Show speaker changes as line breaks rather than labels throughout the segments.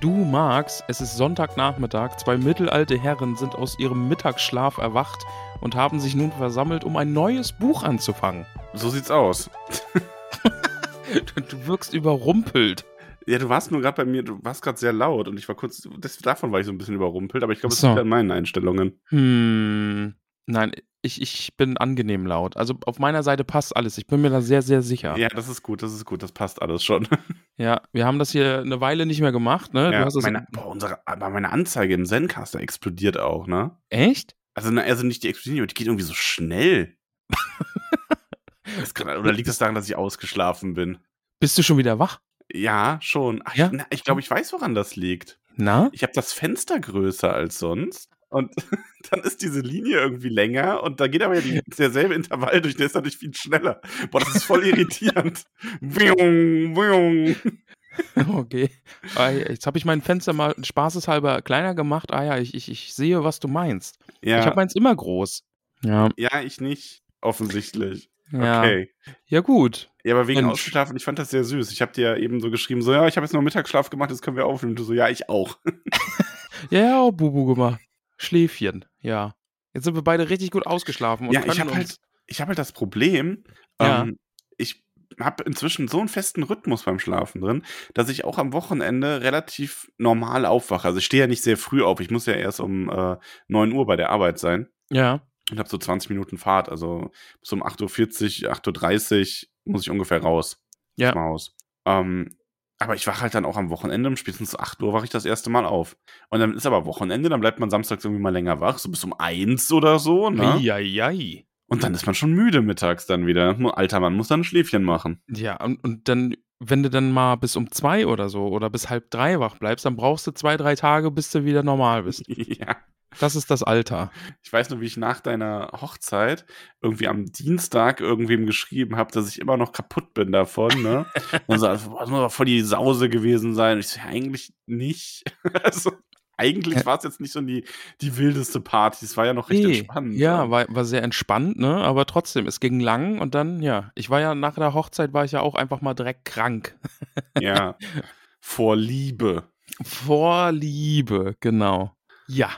Du Max, es ist Sonntagnachmittag. Zwei mittelalte Herren sind aus ihrem Mittagsschlaf erwacht und haben sich nun versammelt, um ein neues Buch anzufangen.
So sieht's aus.
Du, du wirkst überrumpelt.
Ja, du warst nur gerade bei mir, du warst gerade sehr laut und ich war kurz, das, davon war ich so ein bisschen überrumpelt, aber ich glaube, es
So.
liegt an meinen Einstellungen.
Hm. Nein, ich, ich bin angenehm laut. Also auf meiner Seite passt alles. Ich bin mir da sehr, sehr sicher.
Ja. das ist gut, das ist gut, das passt alles schon.
Ja, wir haben das hier eine Weile nicht mehr gemacht, ne?
Ja,
du hast das
meine, boah, unsere, aber meine Anzeige im Zencaster explodiert auch, ne?
echt?
Also, na, also nicht die explodiert, aber die geht irgendwie so schnell. das kann, oder liegt das daran, dass ich ausgeschlafen bin?
Bist du schon wieder wach?
Ja, schon. Ach,
Ja?
Ich, na, ich glaube, ich weiß, woran das liegt.
Na?
Ich habe das Fenster größer als sonst. Und dann ist diese Linie irgendwie länger und da geht aber ja die, derselbe Intervall durch, der ist natürlich viel schneller. Boah, das ist voll irritierend. Wiung, wiung.
Okay. Ah, ja, Jetzt habe ich mein Fenster mal spaßeshalber kleiner gemacht. Ah ja, ich, ich, ich sehe, was du meinst. Ich
Ja,
habe meins immer groß. Ja.
ja, ich nicht. Offensichtlich.
Ja,
Okay.
ja gut.
Ja, aber wegen
Mensch.
Ausgeschlafen, ich fand das sehr süß. Ich habe dir ja eben so geschrieben, so, ja, ich habe jetzt noch Mittagsschlaf gemacht, jetzt können wir aufnehmen. Du so, ja, ich auch.
Ja, ja, oh, Bubu gemacht. Schläfchen, ja. Jetzt sind wir beide richtig gut ausgeschlafen. Und
Ja, ich
können
hab
uns-
Ich habe halt das Problem,
Ja.
ähm, ich habe inzwischen so einen festen Rhythmus beim Schlafen drin, dass ich auch am Wochenende relativ normal aufwache. Also ich stehe ja nicht sehr früh auf. Ich muss ja erst um äh, 9 Uhr bei der Arbeit sein
Ja,
und habe so 20 Minuten Fahrt. Also bis um 8.40 Uhr, 8.30 Uhr muss ich ungefähr raus.
Ja.
aus dem Haus. Ähm, aber ich wache halt dann auch am Wochenende, um spätestens 8 Uhr wache ich das erste Mal auf. Und dann ist aber Wochenende, dann bleibt man samstags irgendwie mal länger wach, so bis um 1 oder so, ne?
Eieiei.
Und dann ist man schon müde mittags dann wieder. Alter Mann muss dann ein Schläfchen machen.
Ja, und, und dann, wenn du dann mal bis um zwei oder so oder bis halb drei wach bleibst, dann brauchst du zwei, drei Tage, bis du wieder normal bist.
ja.
Das ist das Alter.
Ich weiß nur, wie ich nach deiner Hochzeit irgendwie am Dienstag irgendwem geschrieben habe, dass ich immer noch kaputt bin davon, ne? Und so, also, boah, das muss aber voll die Sause gewesen sein. Und ich so, ja, eigentlich nicht. also, eigentlich war es jetzt nicht so die, die wildeste Party. Es war ja noch recht
Nee,
entspannt.
Ja, war, war sehr entspannt, ne? Aber trotzdem, es ging lang und dann, ja. Ich war ja nach der Hochzeit, war ich ja auch einfach mal direkt krank.
ja. Vor Liebe.
Vor Liebe, genau. Ja,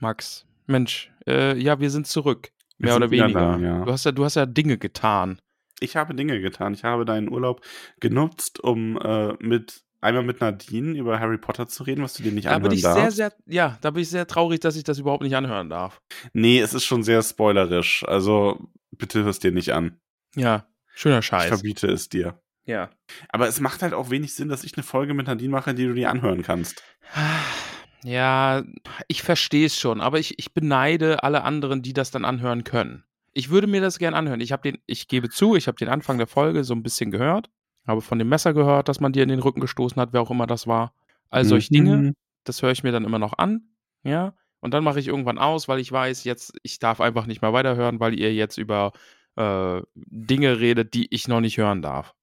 Max. Mensch, äh, ja, wir sind zurück.
Wir
Mehr
sind
oder
wieder
weniger.
da, ja.
Du, hast ja, du hast ja Dinge getan.
Ich habe Dinge getan. Ich habe deinen Urlaub genutzt, um äh, mit einmal mit Nadine über Harry Potter zu reden, was du dir nicht
Da
anhören
bin ich
darfst.
sehr, sehr, ja, da bin ich sehr traurig, dass ich das überhaupt nicht anhören darf.
Nee, es ist schon sehr spoilerisch. Also bitte hörst dir nicht an.
Ja, schöner
Ich
Scheiß.
verbiete es dir.
Ja.
Aber es macht halt auch wenig Sinn, dass ich eine Folge mit Nadine mache, die du dir anhören kannst.
Ja, ich verstehe es schon, aber ich, ich beneide alle anderen, die das dann anhören können. Ich würde mir das gern anhören. Ich, hab den, ich gebe zu, ich habe den Anfang der Folge so ein bisschen gehört, habe von dem Messer gehört, dass man dir in den Rücken gestoßen hat, wer auch immer das war. All
Mhm.
solche Also Dinge. das höre ich mir dann immer noch an, ja. Und dann mache ich irgendwann aus, weil ich weiß, jetzt, ich darf einfach nicht mehr weiterhören, weil ihr jetzt über äh, Dinge redet, die ich noch nicht hören darf.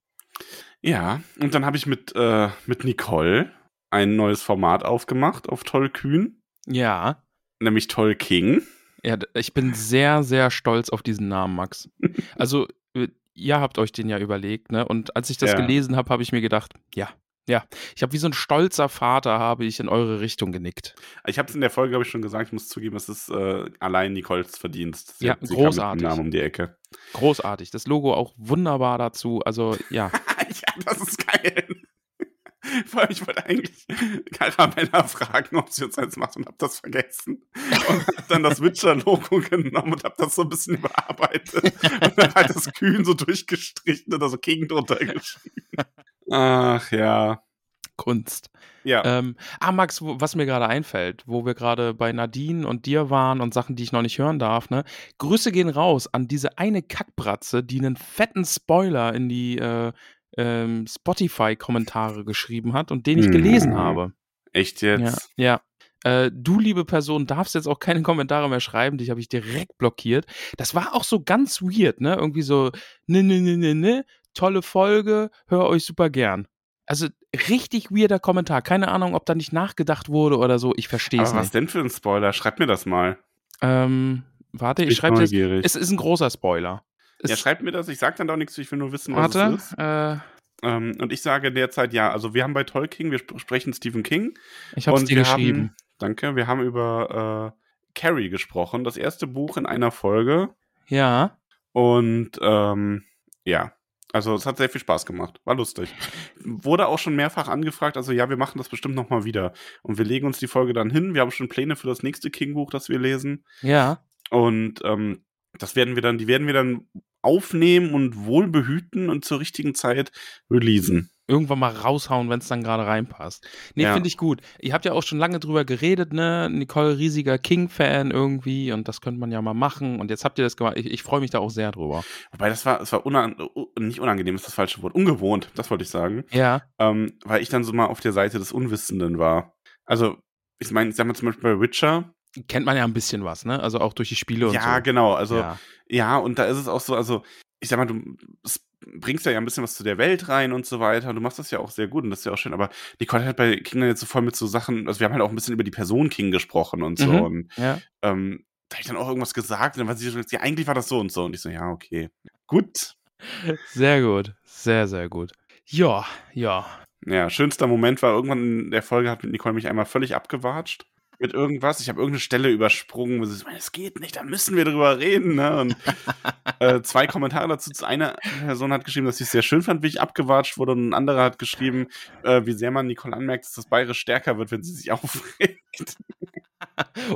Ja, und dann habe ich mit, äh, mit Nicole ein neues Format aufgemacht auf Tollkühn,
Ja.
nämlich Toll King.
ja d- ich bin sehr, sehr stolz auf diesen Namen, Max. Also, äh, ihr habt euch den ja überlegt, ne? Und als ich das
Ja.
gelesen habe, habe ich mir gedacht, ja, ja. Ich habe wie so ein stolzer Vater, habe ich in eure Richtung genickt.
Ich habe es in der Folge, glaube ich, schon gesagt. Ich muss zugeben, es ist äh, allein Nicoles Verdienst.
Ja,
hat- kam mit dem
großartig.
Namen um die Ecke.
Großartig. Das Logo auch wunderbar dazu. Also, ja.
ja, das ist geil. Vor allem, ich wollte eigentlich Caramella fragen, ob sie uns eins macht und hab das vergessen. Und hab dann das Witcher-Logo genommen und hab das so ein bisschen überarbeitet. Und dann halt das Kühn so durchgestrichen und da so King drunter geschrieben. Ach ja.
Kunst.
Ja.
Ähm, ah, Max, wo, was mir gerade einfällt, wo wir gerade bei Nadine und dir waren und Sachen, die ich noch nicht hören darf, ne? Grüße gehen raus an diese eine Kackbratze, die einen fetten Spoiler in die äh, ähm, Spotify-Kommentare geschrieben hat und den ich
Mhm.
gelesen habe.
Echt jetzt?
Ja, ja. Äh, du, liebe Person, darfst jetzt auch keine Kommentare mehr schreiben. Dich habe ich direkt blockiert. Das war auch so ganz weird, ne? Irgendwie so, ne, ne, ne, ne, ne, tolle Folge, hör euch super gern. Also richtig weirder Kommentar. Keine Ahnung, ob da nicht nachgedacht wurde oder so. Ich verstehe es
Aber was
nicht.
denn für ein Spoiler? Schreib mir das mal.
Ähm, warte, ich
bin
schreibe jetzt.
neugierig.
Es ist ein großer Spoiler. Es,
ja, schreib mir das. Ich sag dann doch nichts. Ich will nur wissen, was
warte.
es ist.
Äh,
Ähm, und ich sage derzeit ja. Also wir haben bei Tolkien, wir sp- sprechen Stephen King.
ich habe es
und
dir
wir
geschrieben.
Haben, danke. Wir haben über äh, Carrie gesprochen. Das erste Buch in einer Folge.
Ja.
Und ähm, ja, also es hat sehr viel Spaß gemacht. War lustig. Wurde auch schon mehrfach angefragt, also ja, wir machen das bestimmt nochmal wieder. Und wir legen uns die Folge dann hin. Wir haben schon Pläne für das nächste King-Buch, das wir lesen.
Ja.
Und ähm, das werden wir dann, die werden wir dann aufnehmen und wohl behüten und zur richtigen Zeit releasen.
irgendwann mal raushauen, wenn es dann gerade reinpasst. Nee,
Ja.
finde ich gut. Ihr habt ja auch schon lange drüber geredet, ne? Nicole riesiger King-Fan irgendwie und das könnte man ja mal machen. Und jetzt habt ihr das gemacht. Ich, ich freue mich da auch sehr drüber.
Wobei das war, das war unan u- nicht unangenehm, ist das falsche Wort. Ungewohnt, das wollte ich sagen.
Ja.
ähm, weil ich dann so mal auf der Seite des Unwissenden war. Also, ich meine, ich sag mal zum Beispiel bei Witcher.
Kennt man ja ein bisschen was, ne? Also auch durch die Spiele und so.
Ja, genau. Also, ja.
ja.
und da ist es auch so, also, ich sag mal, du s- bringst da ja ein bisschen was zu der Welt rein und so weiter. Du machst das ja auch sehr gut und das ist ja auch schön. Aber Nicole hat bei King dann jetzt so voll mit so Sachen, also wir haben halt auch ein bisschen über die Person King gesprochen und so.
Mhm.
Und
ja.
ähm, da habe ich dann auch irgendwas gesagt und dann war sie so, ja, eigentlich war das so und so. Und ich so, ja, okay. Gut.
Sehr gut. Sehr, sehr gut. Ja, ja.
Ja, schönster Moment war irgendwann in der Folge, hat Nicole mich einmal völlig abgewatscht mit irgendwas. Ich habe irgendeine Stelle übersprungen, wo sie so, es geht nicht, da müssen wir drüber reden. Ne? Und äh, zwei Kommentare dazu. Eine Person hat geschrieben, dass sie es sehr schön fand, wie ich abgewatscht wurde. Und ein anderer hat geschrieben, äh, wie sehr man Nicole anmerkt, dass das Bayerisch stärker wird, wenn sie sich aufregt.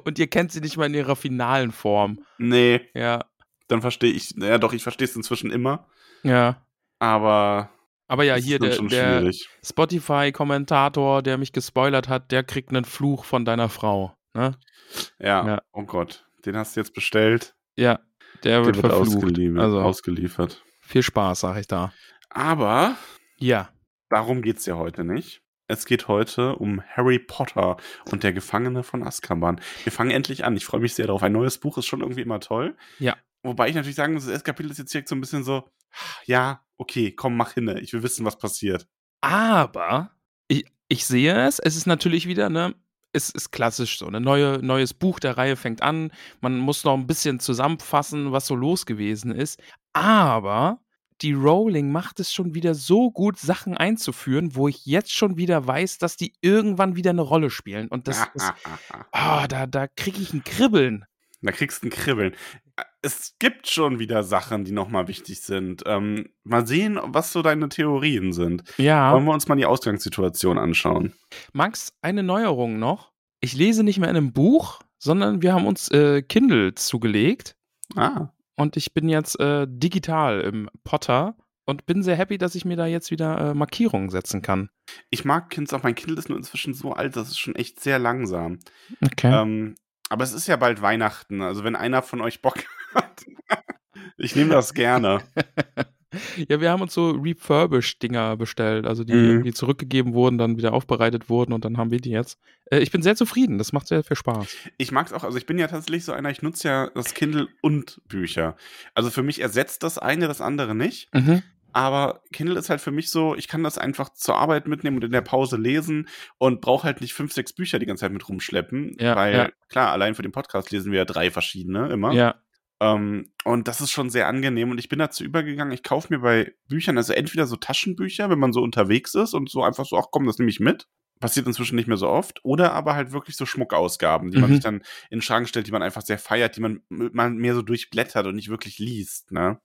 Und ihr kennt sie nicht mal in ihrer finalen Form.
Nee,
Ja,
dann verstehe ich, naja doch, ich verstehe es inzwischen immer.
ja.
Aber
Aber ja,
es
hier
ist dann
der,
schon
der
schwierig.
Spotify-Kommentator, der mich gespoilert hat, der kriegt einen Fluch von deiner Frau. Ne?
Ja.
Ja.
oh Gott, den hast du jetzt bestellt.
Ja, der
Der
wird,
wird
verflucht.
ausgeliefert.
Also.
ausgeliefert.
Viel Spaß, sag ich da.
Aber
Ja.
Darum geht's ja heute nicht. Es geht heute um Harry Potter und der Gefangene von Azkaban. Wir fangen endlich an. Ich freue mich sehr darauf. Ein neues Buch ist schon irgendwie immer toll.
Ja.
Wobei ich natürlich sagen muss, das erste Kapitel ist jetzt direkt so ein bisschen so, ja, okay, komm, mach hinne. Ich will wissen, was passiert.
Aber ich, ich sehe es, es ist natürlich wieder, ne? Es ist klassisch so. Ein neue, neues Buch der Reihe fängt an. Man muss noch ein bisschen zusammenfassen, was so los gewesen ist. Aber die Rowling macht es schon wieder so gut, Sachen einzuführen, wo ich jetzt schon wieder weiß, dass die irgendwann wieder eine Rolle spielen. Und das ist. ah, da, da kriege ich ein Kribbeln.
Da kriegst du ein Kribbeln. Es gibt schon wieder Sachen, die nochmal wichtig sind. Ähm, mal sehen, was so deine Theorien sind.
Ja.
Wollen wir uns mal die Ausgangssituation anschauen?
Max, eine Neuerung noch. Ich lese nicht mehr in einem Buch, sondern wir haben uns äh, Kindle zugelegt
Ah,
und ich bin jetzt äh, digital im Potter und bin sehr happy, dass ich mir da jetzt wieder äh, Markierungen setzen kann.
ich mag Kinds auch. Mein Kind ist nur inzwischen so alt, das ist schon echt sehr langsam.
Okay.
Ähm, aber es ist ja bald Weihnachten, also wenn einer von euch Bock hat. ich nehme das gerne.
Ähm, ja, wir haben uns so Refurbished-Dinger bestellt, also die
Mhm.
irgendwie zurückgegeben wurden, dann wieder aufbereitet wurden und dann haben wir die jetzt. Äh, ich bin sehr zufrieden, das macht sehr viel Spaß.
Ich mag es auch, also ich bin ja tatsächlich so einer, ich nutze ja das Kindle und Bücher. Also für mich ersetzt das eine das andere nicht.
Mhm.
Aber Kindle ist halt für mich so, ich kann das einfach zur Arbeit mitnehmen und in der Pause lesen und brauche halt nicht fünf, sechs Bücher die ganze Zeit mit rumschleppen.
Ja,
weil
ja.
klar, allein für den Podcast lesen wir ja drei verschiedene immer.
Ja.
Ähm, und das ist schon sehr angenehm. Und ich bin dazu übergegangen, ich kaufe mir bei Büchern, also entweder so Taschenbücher, wenn man so unterwegs ist und so einfach so, ach komm, das nehme ich mit. Passiert inzwischen nicht mehr so oft. Oder aber halt wirklich so Schmuckausgaben, die man
Mhm.
sich dann in den Schrank stellt, die man einfach sehr feiert, die man, man mehr so durchblättert und nicht wirklich liest. Ne?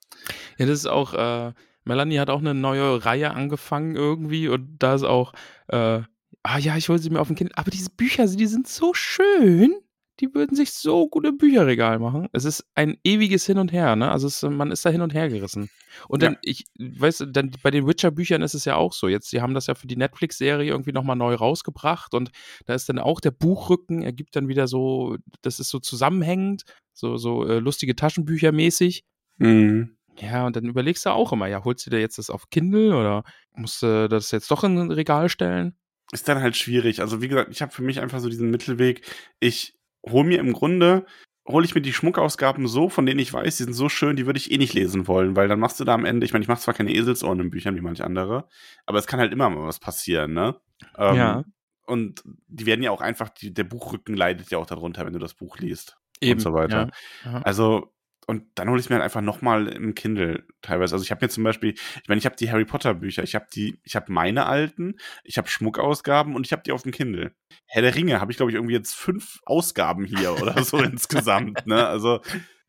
Ja, das ist auch, äh, Melanie hat auch eine neue Reihe angefangen irgendwie und da ist auch, äh, ah ja, ich hole sie mir auf dem Kind. Aber diese Bücher, die sind so schön. die würden sich so gut im Bücherregal machen. Es ist ein ewiges Hin und Her, ne? Also es, man ist da hin und her gerissen. Und dann,
Ja.
ich, weißt du, dann bei den Witcher-Büchern ist es ja auch so. Jetzt, die haben das ja für die Netflix-Serie irgendwie nochmal neu rausgebracht und da ist dann auch der Buchrücken, ergibt dann wieder so, das ist so zusammenhängend, so, so äh, lustige Taschenbücher mäßig.
Mhm.
Ja, und dann überlegst du auch immer, ja, holst du dir jetzt das auf Kindle oder musst du das jetzt doch in ein Regal stellen?
Ist dann halt schwierig. Also wie gesagt, ich habe für mich einfach so diesen Mittelweg. Ich hole mir im Grunde, hole ich mir die Schmuckausgaben so, von denen ich weiß, die sind so schön, die würde ich eh nicht lesen wollen, weil dann machst du da am Ende, ich meine, ich mache zwar keine Eselsohren in Büchern wie manch andere, aber es kann halt immer mal was passieren, ne? Ähm,
Ja.
Und die werden ja auch einfach, die, der Buchrücken leidet ja auch darunter, wenn du das Buch liest und so weiter.
Ja. Ja.
Also, und dann hole ich mir halt einfach nochmal im Kindle teilweise. Also ich habe mir zum Beispiel, ich meine, ich habe die Harry Potter Bücher, ich habe die, ich habe meine alten, ich habe Schmuckausgaben und ich habe die auf dem Kindle. Herr der Ringe habe ich, glaube ich, irgendwie jetzt fünf Ausgaben hier oder so insgesamt, ne? Also,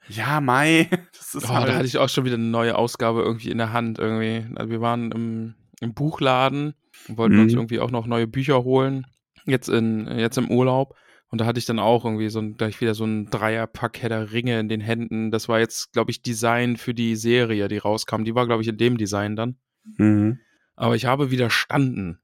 ja, Mai, das ist
Oh, da hatte
halt,
ich auch schon wieder eine neue Ausgabe irgendwie in der Hand. Irgendwie. Also wir waren im, im Buchladen und wollten
Mhm.
uns irgendwie auch noch neue Bücher holen. Jetzt, in, jetzt im Urlaub. Und da hatte ich dann auch irgendwie so ein, gleich wieder so ein Dreierpack Herr der Ringe in den Händen. Das war jetzt, glaube ich, Design für die Serie, die rauskam. Die war, glaube ich, in dem Design dann.
Mhm.
Aber ich habe widerstanden.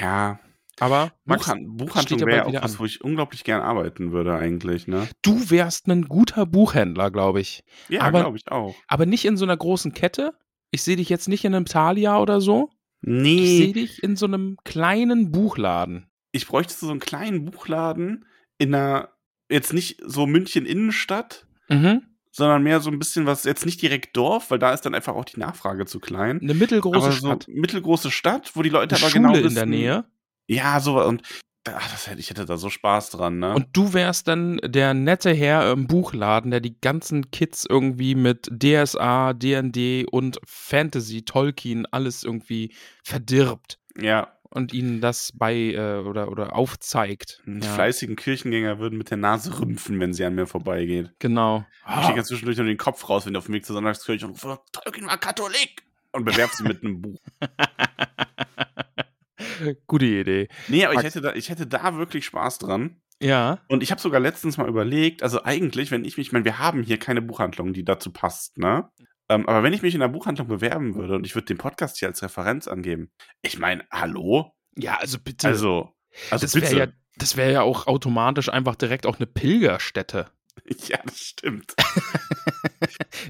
ja,
Aber Max,
Buchhan
steht
Buchhandlung
ja
wäre
bald
auch
wieder
was,
an.
wo ich unglaublich gern arbeiten würde eigentlich, ne?
du wärst ein guter Buchhändler, glaube ich.
Ja,
Aber-
glaube ich auch.
Aber nicht in so einer großen Kette. Ich sehe dich jetzt nicht in einem Thalia oder so. Ich
Nee,
sehe dich in so einem kleinen Buchladen.
ich bräuchte so einen kleinen Buchladen in einer, jetzt nicht so München Innenstadt,
Mhm.
sondern mehr so ein bisschen was, jetzt nicht direkt Dorf, weil da ist dann einfach auch die Nachfrage zu klein.
Eine mittelgroße
aber so
Stadt.
mittelgroße Stadt, wo die Leute
Eine
aber
Schule
genau wissen,
in der Nähe.
Ja, so und da, ah, das hätte, ich hätte da so Spaß dran, ne?
Und du wärst dann der nette Herr im Buchladen, der die ganzen Kids irgendwie mit DSA, DND und Fantasy, Tolkien, alles irgendwie verdirbt
ja,
und ihnen das bei äh, oder, oder aufzeigt.
die
Ja,
fleißigen Kirchengänger würden mit der Nase rümpfen, wenn sie an mir vorbeigeht.
Genau.
Ich kriege ja zwischendurch nur den Kopf raus, wenn ich auf dem Weg zur Sonntagskirche und rufe, Tolkien war Katholik! Und bewerf sie mit einem Buch.
Gute Idee.
Nee, aber ich
Max-
hätte da, ich hätte da wirklich Spaß dran.
Ja.
Und ich habe sogar letztens mal überlegt, also eigentlich, wenn ich mich, ich meine, wir haben hier keine Buchhandlung, die dazu passt, ne? Ähm, aber wenn ich mich in einer Buchhandlung bewerben würde und ich würde den Podcast hier als Referenz angeben, ich meine, hallo?
Ja, also bitte.
Also, also
das
bitte.
wäre
Ja,
ja, das wäre ja auch automatisch einfach direkt auch eine Pilgerstätte.
das stimmt.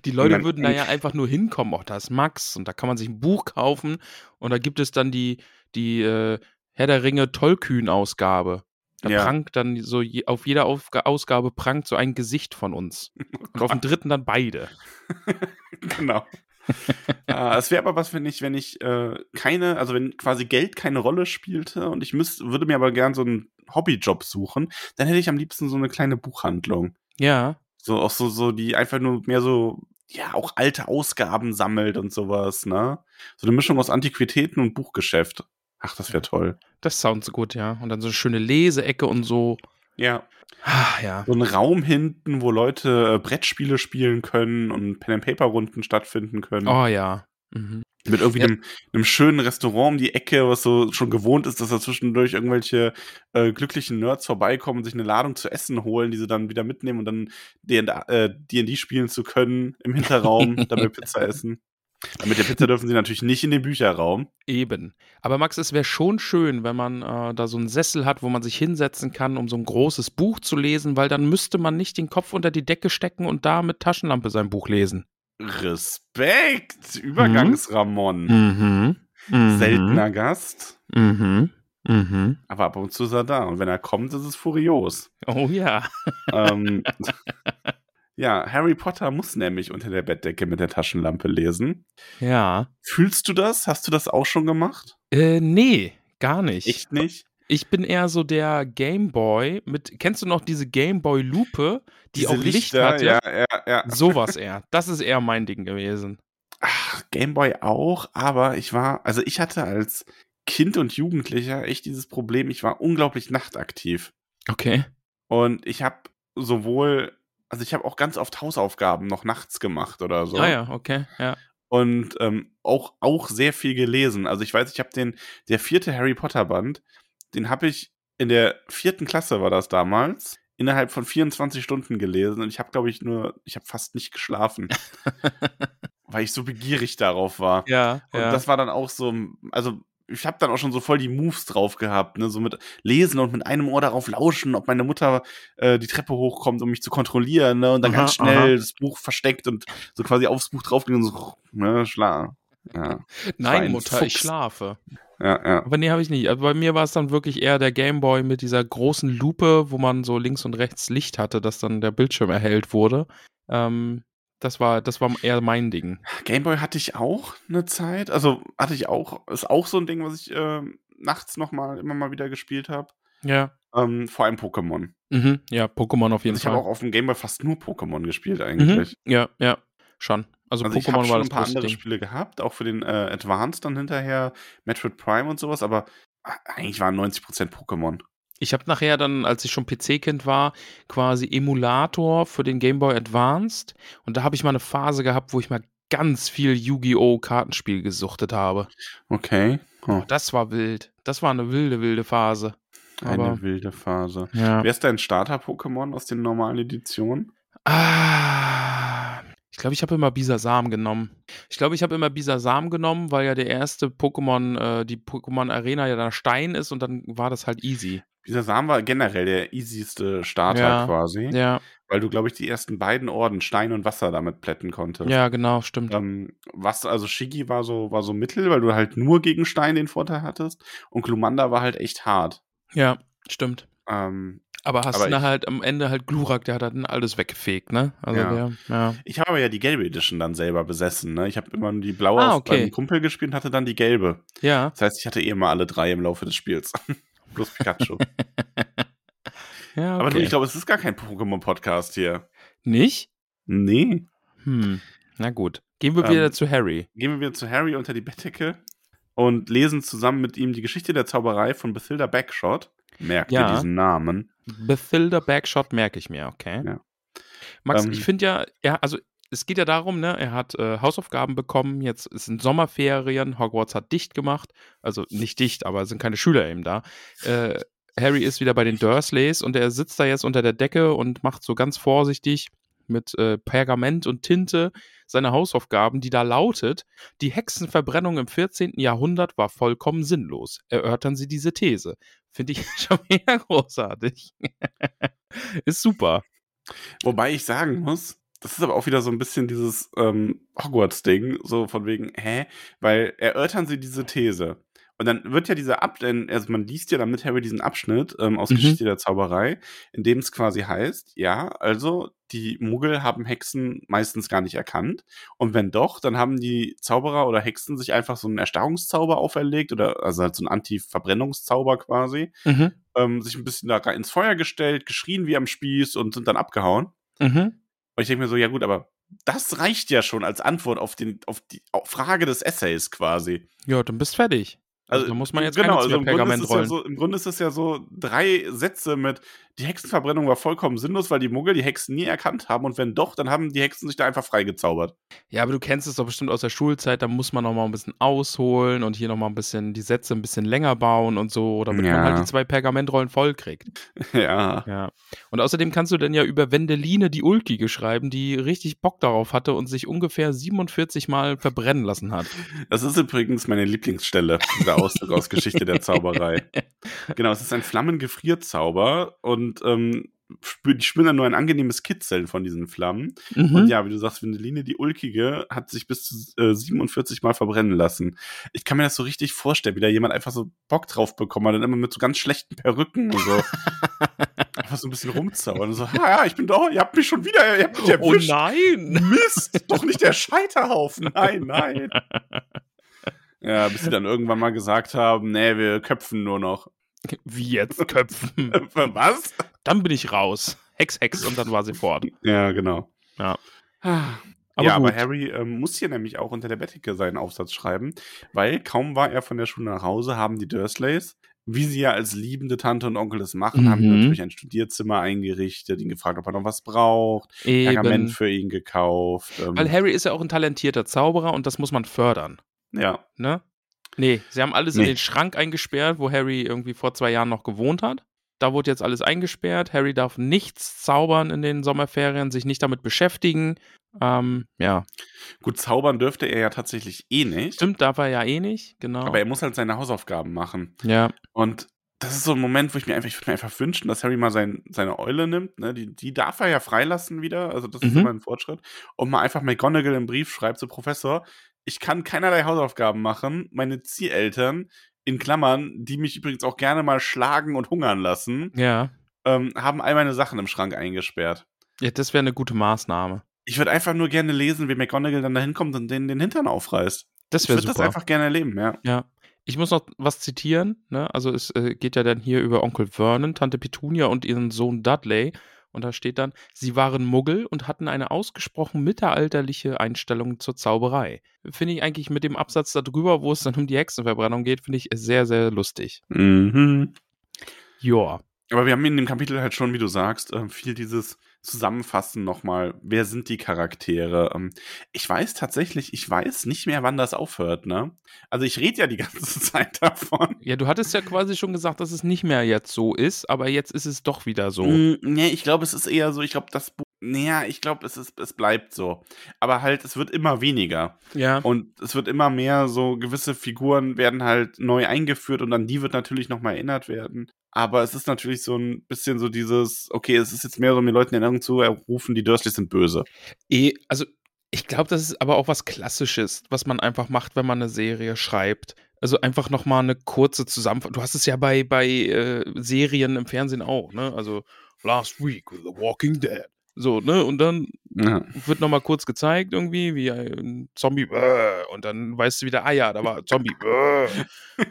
Die Leute
Nein.
würden da ja einfach nur hinkommen. Auch da ist Max und da kann man sich ein Buch kaufen und da gibt es dann die, die äh, Herr der Ringe Tollkühn-Ausgabe. Da
Ja.
prangt dann so, je, auf jeder Aufga Ausgabe prangt so ein Gesicht von uns.
Oh
Und auf dem dritten dann beide.
genau. äh, es wäre aber was, wenn ich, wenn ich äh, keine, also wenn quasi Geld keine Rolle spielte und ich müsste, würde mir aber gern so einen Hobbyjob suchen, dann hätte ich am liebsten so eine kleine Buchhandlung.
Ja.
So, auch so, so, die einfach nur mehr so, ja, auch alte Ausgaben sammelt und sowas, ne? So eine Mischung aus Antiquitäten und Buchgeschäft. Ach, das wäre toll.
Das sounds gut, ja. Und dann so eine schöne Leseecke und so.
Ja.
Ah, ja.
So ein Raum hinten, wo Leute äh, Brettspiele spielen können und Pen-and-Paper-Runden stattfinden können.
Oh ja. Mhm.
Mit irgendwie
Ja.
einem, einem schönen Restaurant um die Ecke, was so schon gewohnt ist, dass da zwischendurch irgendwelche äh, glücklichen Nerds vorbeikommen und sich eine Ladung zu essen holen, die sie dann wieder mitnehmen und dann D&D äh, D&D spielen zu können im Hinterraum, dabei Pizza essen. Aber Mit der Pizza dürfen sie natürlich nicht in den Bücherraum.
Eben. Aber Max, es wäre schon schön, wenn man äh, da so einen Sessel hat, wo man sich hinsetzen kann, um so ein großes Buch zu lesen, weil dann müsste man nicht den Kopf unter die Decke stecken und da mit Taschenlampe sein Buch lesen.
Respekt! Übergangs-Ramon.
Mhm.
Seltener Gast,
Mhm. Mhm.
aber ab und zu ist er da. Und wenn er kommt, ist es furios.
Oh ja.
ähm, ja, Harry Potter muss nämlich unter der Bettdecke mit der Taschenlampe lesen.
Ja.
Fühlst du das? Hast du das auch schon gemacht?
Äh, nee, gar nicht.
Echt nicht?
Ich bin eher so der Gameboy mit. Kennst du noch diese Gameboy-Lupe, die
Diese
auch Licht
Lichter,
hatte?
Ja, ja, ja.
Sowas eher. Das ist eher mein Ding gewesen.
Ach, Gameboy auch, aber ich war, also ich hatte als Kind und Jugendlicher echt dieses Problem, ich war unglaublich nachtaktiv.
Okay.
Und ich habe sowohl, also ich habe auch ganz oft Hausaufgaben noch nachts gemacht oder so.
Ah ja, okay. Ja.
und ähm, auch, auch sehr viel gelesen. Also ich weiß, ich habe den, der vierte Harry Potter Band, den habe ich in der vierten Klasse war das damals, innerhalb von 24 Stunden gelesen und ich habe, glaube ich, nur, ich habe fast nicht geschlafen, weil ich so begierig darauf war.
Ja,
Und das war dann auch so, also ich habe dann auch schon so voll die Moves drauf gehabt, ne, so mit lesen und mit einem Ohr darauf lauschen, ob meine Mutter äh, die Treppe hochkommt, um mich zu kontrollieren, ne, und dann
Aha,
ganz schnell
aha.
das Buch versteckt und so quasi aufs Buch draufgehen und so, ne, schla. Ja, war
Nein,
ein
Mutter, ich
Fuchs.
schlafe.
ja, ja.
Aber nee, habe ich nicht. Also bei mir war es dann wirklich eher der Gameboy mit dieser großen Lupe, wo man so links und rechts Licht hatte, dass dann der Bildschirm erhellt wurde. Ähm, das war, das war eher mein Ding.
Gameboy hatte ich auch eine Zeit, also hatte ich auch, ist auch so ein Ding, was ich ähm, nachts nochmal immer mal wieder gespielt habe.
Ja.
Ähm, vor allem Pokémon.
Mhm. Ja, Pokémon auf jeden
Also ich
Fall.
habe auch auf dem Gameboy fast nur Pokémon gespielt
mhm.
eigentlich.
Ja, ja, schon. Also,
Also ich habe
Pokémon war
schon
das
ein paar
große
andere
Ding.
Spiele gehabt, auch für den äh, Advance dann hinterher, Metroid Prime und sowas, aber a- eigentlich waren 90% Pokémon.
Ich habe nachher dann, als ich schon PC-Kind war, quasi Emulator für den Game Boy Advanced. Und da habe ich mal eine Phase gehabt, wo ich mal ganz viel Yu-Gi-Oh! Kartenspiel gesuchtet habe.
Okay. Oh,
Das war wild. Das war eine wilde, wilde Phase.
eine
aber-
wilde Phase.
Ja.
Wer ist dein Starter-Pokémon aus den normalen Editionen?
Ah, ich glaube, ich habe immer Bisasam genommen. Ich glaube, ich habe immer Bisasam genommen, weil ja der erste Pokémon, äh, die Pokémon Arena ja dann Stein ist und dann war das halt easy.
Dieser Samen war generell der easyste Starter
Ja.
quasi,
Ja,
weil du, glaube ich, die ersten beiden Orden, Stein und Wasser, damit plätten konntest.
ja, genau, stimmt.
Ähm, was, also Shigi war so, war so mittel, weil du halt nur gegen Stein den Vorteil hattest und Glumanda war halt echt hart.
Ja, stimmt.
Ähm,
Aber hast
Aber
du dann
ich-
halt am Ende halt Glurak, der hat dann alles weggefegt, ne? Also
Ja.
der, ja.
Ich habe aber ja die gelbe Edition dann selber besessen. Ne? Ich habe immer nur die blaue
Ah,
aus-
okay.
beim Kumpel gespielt und hatte dann die gelbe.
Ja.
Das heißt, ich hatte eh immer alle drei im Laufe des Spiels. Plus Pikachu.
ja okay.
Aber du, ich glaube, es ist gar kein Pokémon-Podcast hier.
Nicht?
Nee.
Hm. Na gut. Gehen wir
Ähm,
wieder zu Harry.
Gehen wir wieder zu Harry unter die Bettdecke und lesen zusammen mit ihm die Geschichte der Zauberei von Bathilda Backshot. Merkt
Ja.
ihr diesen Namen?
Bathilda Backshot merke ich mir, okay.
Ja.
Max,
Ähm,
ich finde ja, ja, also es geht ja darum, ne, er hat äh, Hausaufgaben bekommen, jetzt sind Sommerferien, Hogwarts hat dicht gemacht, also nicht dicht, aber es sind keine Schüler eben da. Äh, Harry ist wieder bei den Dursleys und er sitzt da jetzt unter der Decke und macht so ganz vorsichtig mit äh, Pergament und Tinte seine Hausaufgaben, die da lautet, die Hexenverbrennung im 14. Jahrhundert war vollkommen sinnlos. Erörtern Sie diese These. Finde ich schon mega großartig. Ist super.
Wobei ich sagen muss, das ist aber auch wieder so ein bisschen dieses ähm, Hogwarts-Ding, so von wegen, hä? Weil erörtern sie diese These. Und dann wird ja dieser Abschnitt, also man liest ja dann mit Harry diesen Abschnitt ähm, aus
Mhm.
Geschichte der Zauberei, in dem es quasi heißt, ja, also die Muggel haben Hexen meistens gar nicht erkannt. Und wenn doch, dann haben die Zauberer oder Hexen sich einfach so einen Erstarrungszauber auferlegt oder also halt so einen Anti-Verbrennungszauber quasi,
Mhm.
ähm, sich ein bisschen da rein ins Feuer gestellt, geschrien wie am Spieß und sind dann abgehauen.
Mhm.
Und ich denke mir so, ja gut, aber das reicht ja schon als Antwort auf, den, auf die auf Frage des Essays quasi.
Ja, dann bist fertig. Also, da muss man jetzt keine zwei
genau, im Grunde, ist
Pergament
es ja
rollen.
so, im Grunde ist es ja so drei Sätze mit, die Hexenverbrennung war vollkommen sinnlos, weil die Muggel die Hexen nie erkannt haben und wenn doch, dann haben die Hexen sich da einfach freigezaubert.
ja, aber du kennst es doch bestimmt aus der Schulzeit, da muss man noch mal ein bisschen ausholen und hier noch mal ein bisschen die Sätze ein bisschen länger bauen und so, damit man
Ja.
halt die zwei Pergamentrollen voll kriegt.
ja.
Ja. Und außerdem kannst du dann ja über Wendeline die Ulkige schreiben, die richtig Bock darauf hatte und sich ungefähr 47 Mal verbrennen lassen hat.
Das ist übrigens meine Lieblingsstelle, dieser Ausdruck aus Geschichte der Zauberei. Genau, es ist ein Flammengefrierzauber und ähm, spür, die spüren dann nur ein angenehmes Kitzeln von diesen Flammen.
Mhm.
Und ja, wie du sagst, Vindeline, die Ulkige, hat sich bis zu äh, 47 Mal verbrennen lassen. Ich kann mir das so richtig vorstellen, wie da jemand einfach so Bock drauf bekommen hat und immer mit so ganz schlechten Perücken und so. einfach so ein bisschen rumzaubern und so, ah, ja, ich bin da, ihr habt mich schon wieder, ihr habt mich
Oh
erwischt.
nein!
Mist, doch nicht der Scheiterhaufen, nein, nein. Ja, bis sie dann irgendwann mal gesagt haben, nee, wir köpfen nur noch.
Wie jetzt köpfen?
Was?
Dann bin ich raus. Hex, Hex und dann war sie fort.
Ja, genau.
Ja.
Ah.
Aber
ja,
gut.
aber Harry ähm, muss hier nämlich auch unter der Bettdecke seinen Aufsatz schreiben, weil kaum war er von der Schule nach Hause, haben die Dursleys, wie sie ja als liebende Tante und Onkel es machen, haben ihm
Mhm.
natürlich ein Studierzimmer eingerichtet, ihn gefragt, ob er noch was braucht, Pergament
Eben.
für ihn gekauft. Ähm,
Weil Harry ist ja auch ein talentierter Zauberer und das muss man fördern,
ja,
ne? Nee, sie haben alles in
Nee.
den Schrank eingesperrt, wo Harry irgendwie vor zwei Jahren noch gewohnt hat. Da wurde jetzt alles eingesperrt. Harry darf nichts zaubern in den Sommerferien, sich nicht damit beschäftigen. Ähm, ja,
Gut, zaubern dürfte er ja tatsächlich eh nicht.
stimmt, darf er ja eh nicht. Genau.
Aber er muss halt seine Hausaufgaben machen.
ja,
Und das ist so ein Moment, wo ich mir einfach, ich würde mir einfach wünschen, dass Harry mal sein, seine Eule nimmt. Ne? Die, die darf er ja freilassen wieder. Also das ist
Mhm.
immer ein Fortschritt. Und mal einfach McGonagall einen Brief schreibt, so Professor, ich kann keinerlei Hausaufgaben machen. Meine Zieheltern, in Klammern, die mich übrigens auch gerne mal schlagen und hungern lassen,
ja.
ähm, haben all meine Sachen im Schrank eingesperrt.
Ja, das wäre eine gute Maßnahme.
Ich würde einfach nur gerne lesen, wie McGonagall dann da hinkommt und den, den Hintern aufreißt.
Das
Ich
wäre
würde
super.
das einfach gerne erleben, ja.
Ja. Ich muss noch was zitieren. Ne? Also es äh, geht ja dann hier über Onkel Vernon, Tante Petunia und ihren Sohn Dudley. Und da steht dann, sie waren Muggel und hatten eine ausgesprochen mittelalterliche Einstellung zur Zauberei. Finde ich eigentlich mit dem Absatz darüber, wo es dann um die Hexenverbrennung geht, finde ich sehr, sehr lustig.
Mhm.
Joa.
Aber wir haben in dem Kapitel halt schon, wie du sagst, ähm, viel dieses Zusammenfassen nochmal. Wer sind die Charaktere? Ähm, Ich weiß tatsächlich, ich weiß nicht mehr, wann das aufhört, ne? Also ich rede ja die ganze Zeit davon.
Ja, du hattest ja quasi schon gesagt, dass es nicht mehr jetzt so ist, aber jetzt ist es doch wieder so.
Mm, nee, ich glaube, es ist eher so, ich glaube, das Buch. Naja, ich glaube, es, ist- es bleibt so. Aber halt, es wird immer weniger.
Ja.
Und es wird immer mehr so, gewisse Figuren werden halt neu eingeführt und an die wird natürlich nochmal erinnert werden. Aber es ist natürlich so ein bisschen so dieses, okay, es ist jetzt mehr so, um den Leuten in Erinnerung zu rufen, die Dursleys sind böse.
Eh, also ich glaube, das ist aber auch was Klassisches, was man einfach macht, wenn man eine Serie schreibt. Also einfach nochmal eine kurze Zusammenfassung. Du hast es ja bei, bei äh, Serien im Fernsehen auch, ne? Also Last Week with The Walking Dead. So, ne? Und dann
Ja.
wird nochmal kurz gezeigt irgendwie, wie ein Zombie, äh, und dann weißt du wieder, ah ja, da war ein Zombie, äh.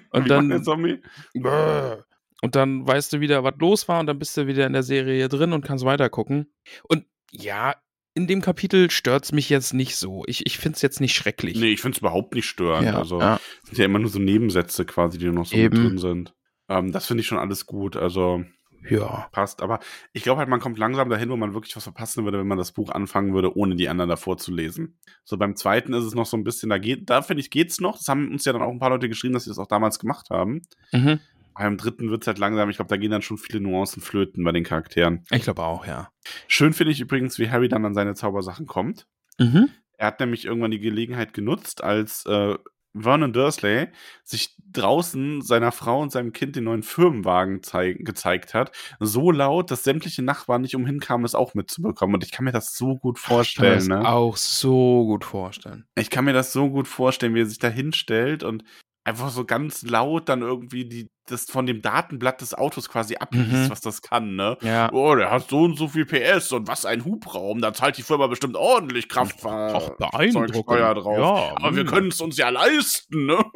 Und
Wie
dann,
war der Zombie?
Bäh. Und dann weißt du wieder, was los war und dann bist du wieder in der Serie drin und kannst weitergucken. Und ja, in dem Kapitel stört es mich jetzt nicht so. Ich, ich finde es jetzt nicht schrecklich.
Nee, ich finde es überhaupt nicht störend.
ja,
also
ja.
es sind ja immer nur so Nebensätze quasi, die noch so mit
Eben.
drin sind. Ähm, das finde ich schon alles gut. Also
ja.
passt. Aber ich glaube halt, man kommt langsam dahin, wo man wirklich was verpassen würde, wenn man das Buch anfangen würde, ohne die anderen davor zu lesen. So beim zweiten ist es noch so ein bisschen, da geht, da finde ich, geht's noch. Das haben uns ja dann auch ein paar Leute geschrieben, dass sie das auch damals gemacht haben.
Mhm.
Aber im dritten wird es halt langsam, ich glaube, da gehen dann schon viele Nuancen flöten bei den Charakteren.
Ich glaube auch, ja.
Schön finde ich übrigens, wie Harry dann an seine Zaubersachen kommt.
Mhm.
Er hat nämlich irgendwann die Gelegenheit genutzt, als äh, Vernon Dursley sich draußen seiner Frau und seinem Kind den neuen Firmenwagen zei- gezeigt hat. So laut, dass sämtliche Nachbarn nicht umhin kamen, es auch mitzubekommen. Und ich kann mir das so gut
Ich kann mir das
vorstellen. ne?
auch so gut vorstellen.
Ich kann mir das so gut vorstellen, wie er sich da hinstellt und einfach so ganz laut dann irgendwie die, das von dem Datenblatt des Autos quasi abliest,
Mhm.
was das kann, ne?
Ja.
Oh, der hat so und so viel PS und was ein Hubraum. Da zahlt die Firma bestimmt ordentlich Kraftfahr
Ach, beeindruckend.
Äh, Steuer drauf.
Ja,
Aber wir
mh.
können es uns ja leisten, ne?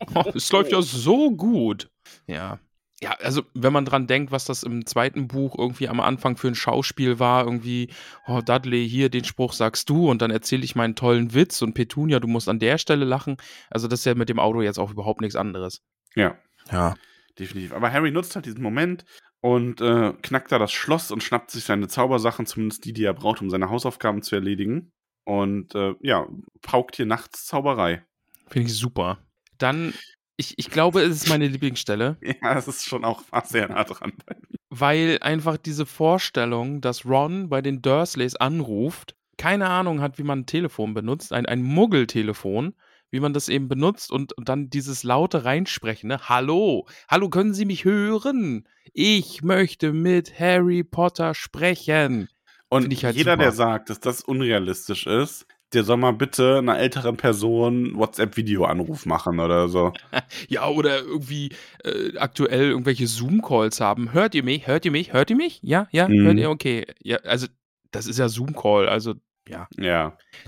Es läuft ja so gut. Ja. Ja, also wenn man dran denkt, was das im zweiten Buch irgendwie am Anfang für ein Schauspiel war, irgendwie, oh Dudley, hier den Spruch sagst du und dann erzähle ich meinen tollen Witz und Petunia, du musst an der Stelle lachen. Also das ist ja mit dem Auto jetzt auch überhaupt nichts anderes.
Ja,
Ja.
definitiv. Aber Harry nutzt halt diesen Moment und äh, knackt da das Schloss und schnappt sich seine Zaubersachen, zumindest die, die er braucht, um seine Hausaufgaben zu erledigen. Und äh, ja, paukt hier nachts Zauberei.
Finde ich super. Dann, ich, ich glaube, es ist meine Lieblingsstelle.
Ja, das ist schon auch sehr nah dran.
weil einfach diese Vorstellung, dass Ron bei den Dursleys anruft, keine Ahnung hat, wie man ein Telefon benutzt, ein, ein Muggeltelefon, wie man das eben benutzt und, und dann dieses laute Reinsprechende, hallo, hallo, können Sie mich hören? Ich möchte mit Harry Potter sprechen.
Und
Find ich halt
jeder,
super.
der sagt, dass das unrealistisch ist, der soll mal bitte einer älteren Person WhatsApp-Videoanruf machen oder so.
Ja, oder irgendwie äh, aktuell irgendwelche Zoom-Calls haben. Hört ihr mich? Hört ihr mich? Hört ihr mich? Ja, ja,
Mhm.
hört ihr? Okay. Ja, also, das ist ja Zoom-Call, also
Ja.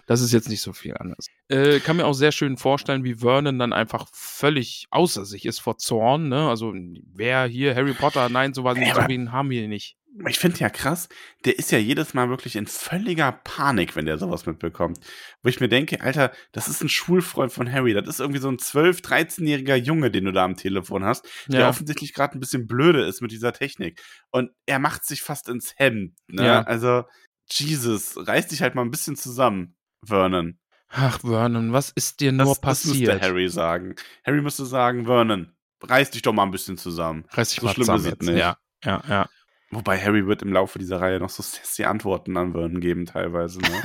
Das ist jetzt nicht so viel anders. Äh, kann mir auch sehr schön vorstellen, wie Vernon dann einfach völlig außer sich ist vor Zorn. Ne? Also, wer hier, Harry Potter, nein, so was
Ja,
so
aber-
wen haben wir nicht.
Ich finde ja krass, der ist ja jedes Mal wirklich in völliger Panik, wenn der sowas mitbekommt. Wo ich mir denke, Alter, das ist ein Schulfreund von Harry. Das ist irgendwie so ein 12-, 13-jähriger Junge, den du da am Telefon hast, der
Ja.
offensichtlich gerade ein bisschen blöde ist mit dieser Technik. Und er macht sich fast ins Hemd. Ne?
Ja.
Also, Jesus, reiß dich halt mal ein bisschen zusammen, Vernon.
Ach, Vernon, was ist dir nur
Das, das müsste
passiert?
Harry sagen. Harry müsste sagen, Vernon, reiß dich doch mal ein bisschen zusammen.
Reiß dich
So
mal
schlimm
zusammen
ist es
jetzt.
nicht.
Ja, Ja, ja.
Wobei Harry wird im Laufe dieser Reihe noch so sassy Antworten an Vernon geben teilweise. Ne?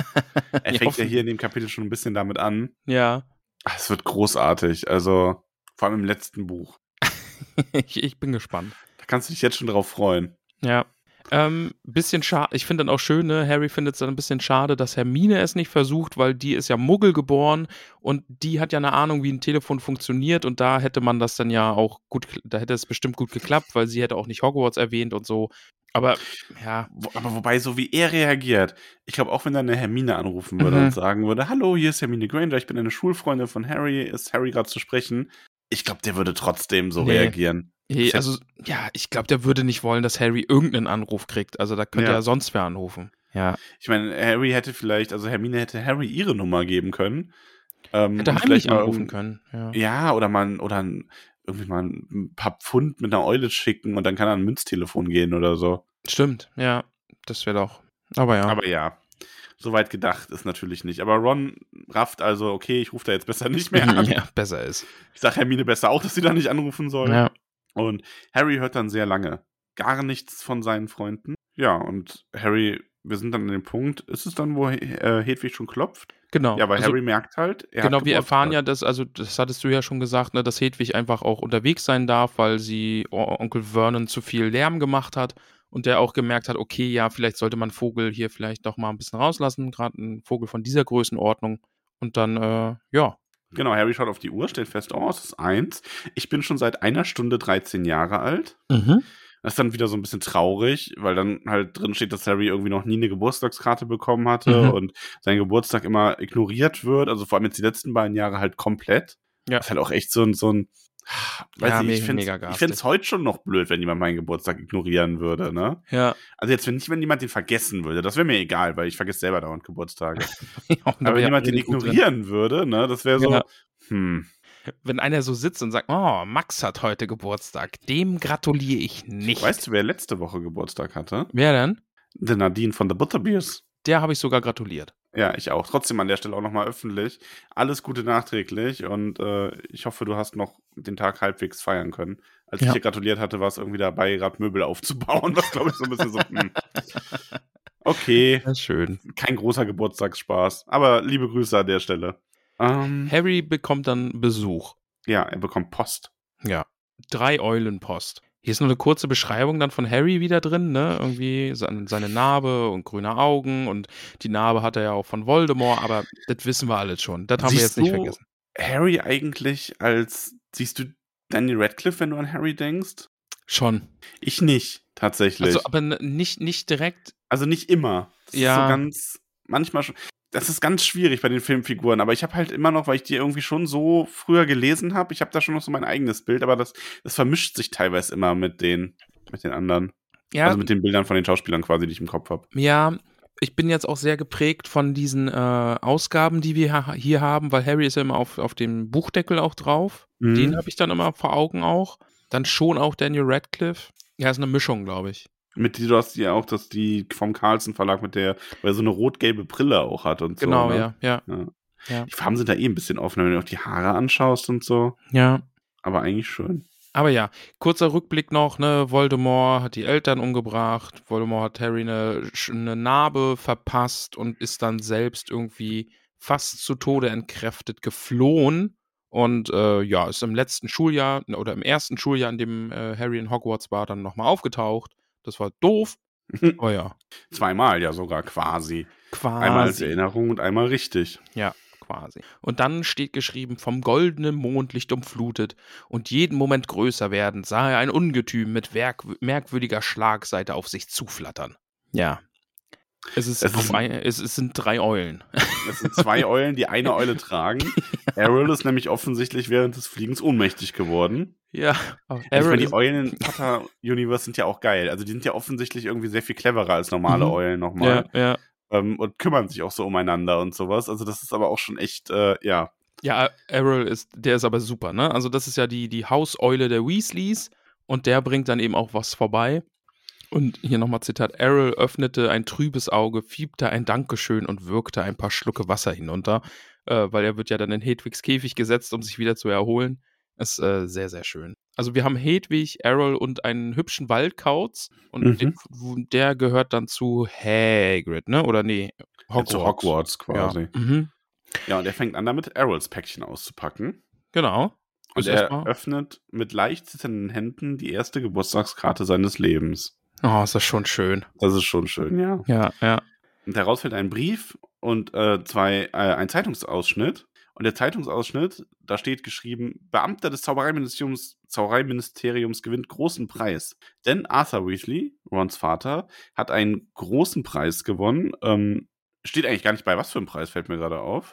er
Ich
fängt
hoffe-
ja hier in dem Kapitel schon ein bisschen damit an.
Ja.
Ach, Es wird großartig. Also vor allem im letzten Buch.
ich, ich bin gespannt.
Da kannst du dich jetzt schon drauf freuen.
Ja. Ähm, bisschen schade, ich finde dann auch schön, ne? Harry findet es dann ein bisschen schade, dass Hermine es nicht versucht, weil die ist ja Muggel geboren und die hat ja eine Ahnung, wie ein Telefon funktioniert und da hätte man das dann ja auch gut, da hätte es bestimmt gut geklappt, weil sie hätte auch nicht Hogwarts erwähnt und so. Aber ja,
Wo, aber wobei, so wie er reagiert, ich glaube, auch wenn er eine Hermine anrufen würde
Mhm.
und sagen würde, hallo, hier ist Hermine Granger, ich bin eine Schulfreundin von Harry, ist Harry gerade zu sprechen? Ich glaube, der würde trotzdem so
Nee.
reagieren.
eh,
Ist ja-
also ja, ich glaube, der würde nicht wollen, dass Harry irgendeinen Anruf kriegt. Also da könnte
Ja.
ja, sonst wer anrufen. Ja.
Ich meine, Harry hätte vielleicht, also Hermine hätte Harry ihre Nummer geben können. Ähm,
Hätte
und
heimlich
vielleicht mal
anrufen
irgend-
können. Ja.
Ja, oder man, oder ein, irgendwie mal ein paar Pfund mit einer Eule schicken und dann kann er an ein Münztelefon gehen oder so.
Stimmt, ja. Das wäre doch. Aber ja.
Aber ja, soweit gedacht ist natürlich nicht. Aber Ron rafft also, okay, ich rufe da jetzt besser nicht mehr an.
Mhm, ja, besser ist.
Ich sag Hermine besser auch, dass sie da nicht anrufen soll.
Ja.
Und Harry hört dann sehr lange gar nichts von seinen Freunden. Ja, und Harry, wir sind dann an dem Punkt, ist es dann, wo äh, Hedwig schon klopft?
Genau.
Ja, weil
Also-
Harry merkt halt, er
genau,
hat
wir
Geburtstag.
erfahren ja, dass, also das hattest du ja schon gesagt, ne, dass Hedwig einfach auch unterwegs sein darf, weil sie O- Onkel Vernon zu viel Lärm gemacht hat und der auch gemerkt hat, okay, ja, vielleicht sollte man Vogel hier vielleicht doch mal ein bisschen rauslassen, gerade ein Vogel von dieser Größenordnung. Und dann, äh, ja,
Genau, Harry schaut auf die Uhr, stellt fest, oh, es ist eins. Ich bin schon seit einer Stunde 13 Jahre alt. Das ist dann wieder so ein bisschen traurig, weil dann halt drin steht, dass Harry irgendwie noch nie eine Geburtstagskarte bekommen hatte
Mhm.
und sein Geburtstag immer ignoriert wird. Also vor allem jetzt die letzten beiden Jahre halt komplett.
Ja.
Das ist halt auch echt so ein, so ein, weiß
Ja,
nicht, Also, ich
mega-
find's-
mega
ich
garstig.
find's heute schon noch blöd, wenn jemand meinen Geburtstag ignorieren würde, ne?
ja,
Also jetzt, wenn nicht, wenn jemand den vergessen würde, das wäre mir egal, weil ich vergesse selber dauernd
Ja, und
Geburtstage. Aber wenn
wär
jemand den
alle gut drin.
ignorieren würde, ne, das wäre so,
Ja.
hm.
Wenn einer so sitzt und sagt, oh, Max hat heute Geburtstag, dem gratuliere ich nicht.
Weißt du, wer letzte Woche Geburtstag hatte?
Wer denn?
Die Nadine von The Butterbeers.
Der habe ich sogar gratuliert.
Ja, ich auch. Trotzdem an der Stelle auch nochmal öffentlich. Alles Gute nachträglich und äh, ich hoffe, du hast noch den Tag halbwegs feiern können. Als ich
Ja.
dir gratuliert hatte, war es irgendwie dabei, gerade Möbel aufzubauen, was glaube ich so ein bisschen so. Hm. Okay,
Das ist schön.
kein großer Geburtstagsspaß, aber liebe Grüße an der Stelle. Ähm,
Harry bekommt dann Besuch.
ja, er bekommt Post.
Ja. Drei Eulenpost. Hier ist nur eine kurze Beschreibung dann von Harry wieder drin, ne? Irgendwie sein- seine Narbe und grüne Augen und die Narbe hat er ja auch von Voldemort, aber das wissen wir alles schon. Das haben wir jetzt
Siehst
nicht
du-
vergessen.
Harry eigentlich als, siehst du Daniel Radcliffe, wenn du an Harry denkst?
Schon.
Ich nicht, tatsächlich.
Also, aber n- nicht, nicht direkt.
Also nicht immer. Das ist
Ja.
so ganz, manchmal schon. Das ist ganz schwierig bei den Filmfiguren, aber ich habe halt immer noch, weil ich die irgendwie schon so früher gelesen habe, ich habe da schon noch so mein eigenes Bild, aber das, das vermischt sich teilweise immer mit den, mit den anderen.
Ja,
Also mit den Bildern von den Schauspielern quasi, die ich im Kopf habe.
Ja, ich bin jetzt auch sehr geprägt von diesen äh, Ausgaben, die wir ha- hier haben, weil Harry ist ja immer auf, auf dem Buchdeckel auch drauf.
Mhm.
Den habe ich dann immer vor Augen auch. Dann schon auch Daniel Radcliffe. Ja, ist eine Mischung, glaube ich.
Mit die, du hast ja auch, dass die vom Carlsen Verlag mit der, weil er so eine rot-gelbe Brille auch hat und
genau,
so. ne?
ja, ja,
Die Farben sind da eh ein bisschen offener, wenn du auch die Haare anschaust und so.
ja.
Aber eigentlich schön.
Aber ja, kurzer Rückblick noch, ne, Voldemort hat die Eltern umgebracht, Voldemort hat Harry eine, Sch- eine Narbe verpasst und ist dann selbst irgendwie fast zu Tode entkräftet geflohen. Und äh, ja, ist im letzten Schuljahr ne, oder im ersten Schuljahr, in dem äh, Harry in Hogwarts war, dann nochmal aufgetaucht. Das war doof. Oh ja,
Zweimal ja sogar quasi.
quasi.
Einmal als Erinnerung und einmal richtig.
quasi. Und dann steht geschrieben, vom goldenen Mondlicht umflutet und jeden Moment größer werdend sah er ein Ungetüm mit werk merkwürdiger Schlagseite auf sich zuflattern. Ja. Es, ist
Es
auf
ist-
ein, es, es sind drei Eulen.
Das sind zwei Eulen, die eine Eule tragen. Errol ist nämlich offensichtlich während des Fliegens ohnmächtig geworden.
Ja.
Also ich
Errol
meine,
ist-
die Eulen in Potter Universe sind ja auch geil. Also die sind ja offensichtlich irgendwie sehr viel cleverer als normale
Mhm.
Eulen nochmal.
ja, ja.
Ähm, und kümmern sich auch so umeinander und sowas. Also das ist aber auch schon echt, äh, ja.
ja, Errol ist, der ist aber super, ne? Also das ist ja die, die Hauseule der Weasleys und der bringt dann eben auch was vorbei. Und hier nochmal Zitat, Errol öffnete ein trübes Auge, fiebte ein Dankeschön und wirkte ein paar Schlucke Wasser hinunter, äh, weil er wird ja dann in Hedwigs Käfig gesetzt, um sich wieder zu erholen. Ist äh, sehr, sehr schön. Also wir haben Hedwig, Errol und einen hübschen Waldkauz. Und
Mhm.
den- wo- der gehört dann zu Hagrid, ne? Oder nee, Hogwarts.
Zu Hogwarts
Ja.
quasi.
Mhm.
Ja. und er fängt an damit, Errols Päckchen auszupacken.
Genau.
Und
Ist
er
erstmal-
öffnet mit leicht zitternden Händen die erste Geburtstagskarte seines Lebens.
Oh, ist das schon schön.
Das ist schon schön, ja.
Ja, ja.
Und daraus fällt ein Brief und äh, zwei, äh, ein Zeitungsausschnitt. Und der Zeitungsausschnitt, da steht geschrieben: Beamter des Zaubereiministeriums, Zaubereiministeriums gewinnt großen Preis. Denn Arthur Weasley, Rons Vater, hat einen großen Preis gewonnen. Ähm, steht eigentlich gar nicht bei, was für ein Preis fällt mir gerade auf.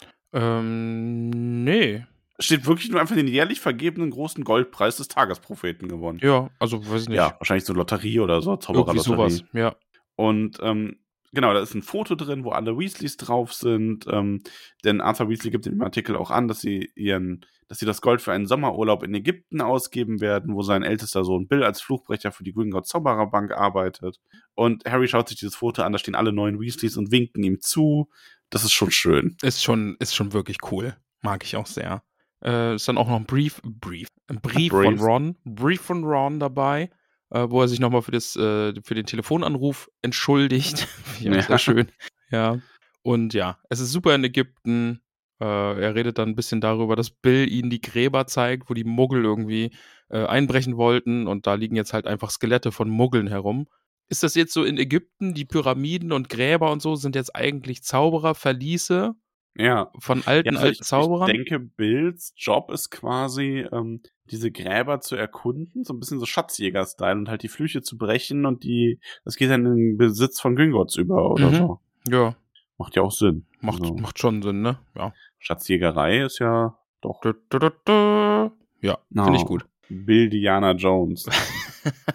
Ähm, nee.
Steht wirklich nur einfach den jährlich vergebenen großen Goldpreis des Tagespropheten gewonnen.
Ja, also weiß nicht.
Ja, wahrscheinlich so Lotterie oder so,
irgendwie
Zaubererlotterie.
sowas. Ja.
Und ähm, genau, da ist ein Foto drin, wo alle Weasleys drauf sind. Ähm, denn Arthur Weasley gibt in dem Artikel auch an, dass sie ihren, dass sie das Gold für einen Sommerurlaub in Ägypten ausgeben werden, wo sein ältester Sohn Bill als Fluchbrecher für die Gringotts Zaubererbank arbeitet. Und Harry schaut sich dieses Foto an, da stehen alle neuen Weasleys und winken ihm zu. Das ist schon schön.
Ist schon, ist schon wirklich cool. Mag ich auch sehr. Äh, ist dann auch noch ein Brief, Brief, ein Brief von
Brief.
Ron, Brief von Ron dabei, äh, wo er sich nochmal für, das, äh, für den Telefonanruf entschuldigt. ja,
Ja.
Sehr schön. Ja. Und ja, es ist super in Ägypten. Äh, er redet dann ein bisschen darüber, dass Bill ihnen die Gräber zeigt, wo die Muggel irgendwie äh, einbrechen wollten und da liegen jetzt halt einfach Skelette von Muggeln herum. Ist das jetzt so in Ägypten, die Pyramiden und Gräber und so sind jetzt eigentlich Zauberer, Verliese
Ja.
von alten,
also ich,
alten Zauberern.
ich denke, Bills Job ist quasi, ähm, diese Gräber zu erkunden, so ein bisschen so Schatzjäger-Style und halt die Flüche zu brechen und die, das geht dann in den Besitz von Gringotts über oder
Mhm.
so.
ja,
Macht ja auch Sinn.
macht,
Also,
macht schon Sinn, ne? Ja.
Schatzjägerei ist ja doch
Du, du, du, du. Ja,
Na.
finde ich gut.
Bill Diana Jones.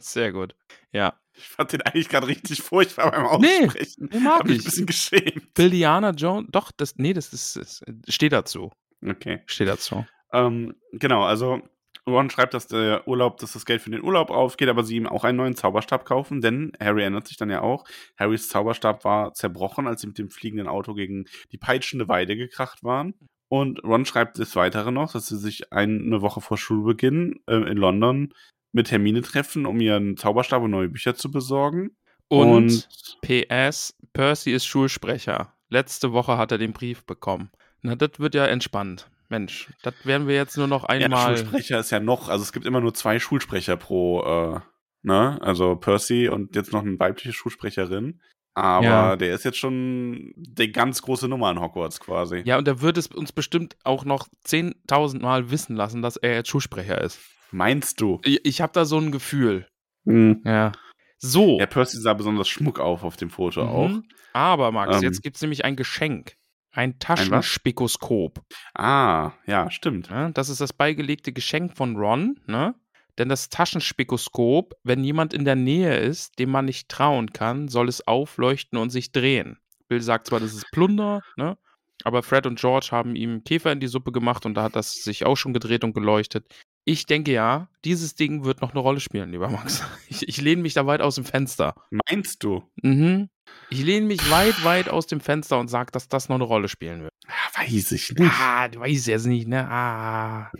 Sehr gut. Ja.
Ich fand den eigentlich gerade richtig furchtbar beim
Nee,
Aussprechen.
Den
Hab
mag
mich ein
ich.
bisschen geschämt.
Billiana Jones, doch, das, nee, das ist, ist steht dazu.
Okay.
Steht dazu.
Ähm, genau, also Ron schreibt, dass der Urlaub, dass das Geld für den Urlaub aufgeht, aber sie ihm auch einen neuen Zauberstab kaufen, denn Harry erinnert sich dann ja auch, Harrys Zauberstab war zerbrochen, als sie mit dem fliegenden Auto gegen die peitschende Weide gekracht waren. Und Ron schreibt des Weiteren noch, dass sie sich ein- eine Woche vor Schulbeginn äh, in London mit Hermine treffen, um ihren Zauberstab und neue Bücher zu besorgen.
Und, PS, Percy ist Schulsprecher. Letzte Woche hat er den Brief bekommen. Na, das wird ja entspannt. Mensch, das werden wir jetzt nur noch
Ja,
einmal.
Schulsprecher ist ja noch, also es gibt immer nur zwei Schulsprecher pro, äh, ne? Also Percy und jetzt noch eine weibliche Schulsprecherin. Aber
Ja.
der ist jetzt schon die ganz große Nummer in Hogwarts quasi.
ja, und er wird es uns bestimmt auch noch 10.000 Mal wissen lassen, dass er jetzt Schulsprecher ist.
Meinst du?
Ich, ich habe da so ein Gefühl. Ja. So.
Ja, Percy sah besonders schmuck auf auf dem Foto auch.
Mhm. Aber Max,
Ähm.
jetzt gibt es nämlich ein Geschenk. Ein Taschenspikoskop.
Ah, ja, stimmt.
ne? Das ist das beigelegte Geschenk von Ron. Ne? Denn das Taschenspikoskop, wenn jemand in der Nähe ist, dem man nicht trauen kann, soll es aufleuchten und sich drehen. Bill sagt zwar, das ist Plunder, ne? aber Fred und George haben ihm Käfer in die Suppe gemacht und da hat das sich auch schon gedreht und geleuchtet. Ich denke ja, dieses Ding wird noch eine Rolle spielen, lieber Max. Ich, ich lehne mich da weit aus dem Fenster.
Meinst du?
Mhm. Ich lehne mich weit, weit aus dem Fenster und sage, dass das noch eine Rolle spielen wird.
Ja, weiß ich nicht.
Ah, du weißt es nicht, ne? Ah.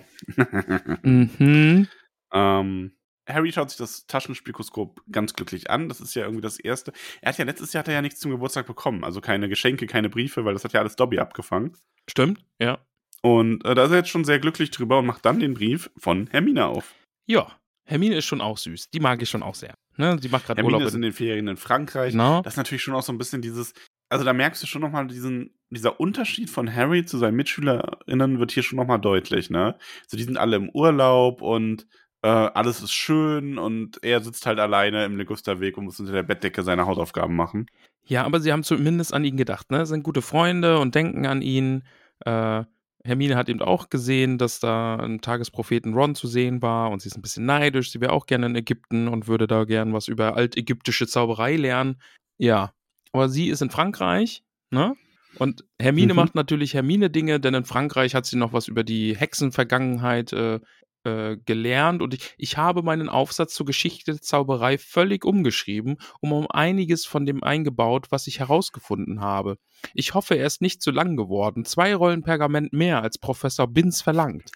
Mhm.
ähm, Harry schaut sich das Taschenspikoskop ganz glücklich an. Das ist ja irgendwie das erste. Er hat ja letztes Jahr hat er ja nichts zum Geburtstag bekommen. Also keine Geschenke, keine Briefe, weil das hat ja alles Dobby abgefangen.
Stimmt, ja.
Und äh, da ist er jetzt schon sehr glücklich drüber und macht dann den Brief von Hermine auf.
Ja, Hermine ist schon auch süß. Die mag ich schon auch sehr. Ne? Die macht gerade
Hermine
Urlaub.
ist in
In
den Ferien in Frankreich.
genau.
Das ist natürlich schon auch so ein bisschen dieses, also da merkst du schon nochmal diesen, dieser Unterschied von Harry zu seinen MitschülerInnen wird hier schon nochmal deutlich, ne? So, die sind alle im Urlaub und äh, alles ist schön und er sitzt halt alleine im Legusterweg und muss unter der Bettdecke seine Hausaufgaben machen.
Ja, aber sie haben zumindest an ihn gedacht, ne? Sind gute Freunde und denken an ihn. Äh, Hermine hat eben auch gesehen, dass da ein Tagespropheten Ron zu sehen war und sie ist ein bisschen neidisch. Sie wäre auch gerne in Ägypten und würde da gern was über altägyptische Zauberei lernen. Ja, aber sie ist in Frankreich, ne? Und Hermine
Mhm.
macht natürlich Hermine-Dinge, denn in Frankreich hat sie noch was über die Hexenvergangenheit äh, äh, gelernt. Und ich, ich habe meinen Aufsatz zur Geschichte der Zauberei völlig umgeschrieben um um einiges von dem eingebaut, was ich herausgefunden habe. Ich hoffe, er ist nicht zu lang geworden. Zwei Rollen Pergament mehr als Professor Binz verlangt.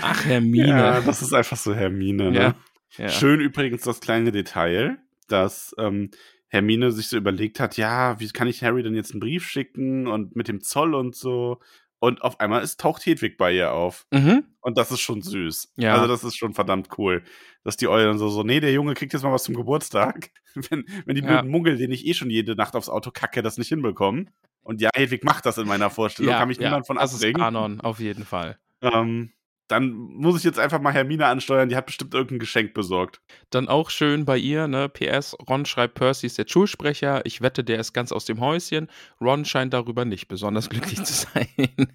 Ach, Hermine.
Ja, das ist einfach so Hermine. Ne?
Ja, ja.
Schön übrigens das kleine Detail, dass ähm, Hermine sich so überlegt hat, ja, wie kann ich Harry denn jetzt einen Brief schicken und mit dem Zoll und so. Und auf einmal ist, taucht Hedwig bei ihr auf.
Mhm.
Und das ist schon süß.
Ja.
Also das ist schon verdammt cool. Dass die Eulen dann so, so, nee, der Junge kriegt jetzt mal was zum Geburtstag. Wenn, wenn die
Ja.
blöden Muggel, den ich eh schon jede Nacht aufs Auto kacke, das nicht hinbekommen. Und ja, Hedwig macht das in meiner Vorstellung. kann mich niemand von
das ist
abregen.
Anon, auf jeden Fall.
Ähm, dann muss ich jetzt einfach mal Hermine ansteuern, die hat bestimmt irgendein Geschenk besorgt.
Dann auch schön bei ihr, ne? PS, Ron schreibt, Percy ist der Schulsprecher. Ich wette, der ist ganz aus dem Häuschen. Ron scheint darüber nicht besonders glücklich zu sein.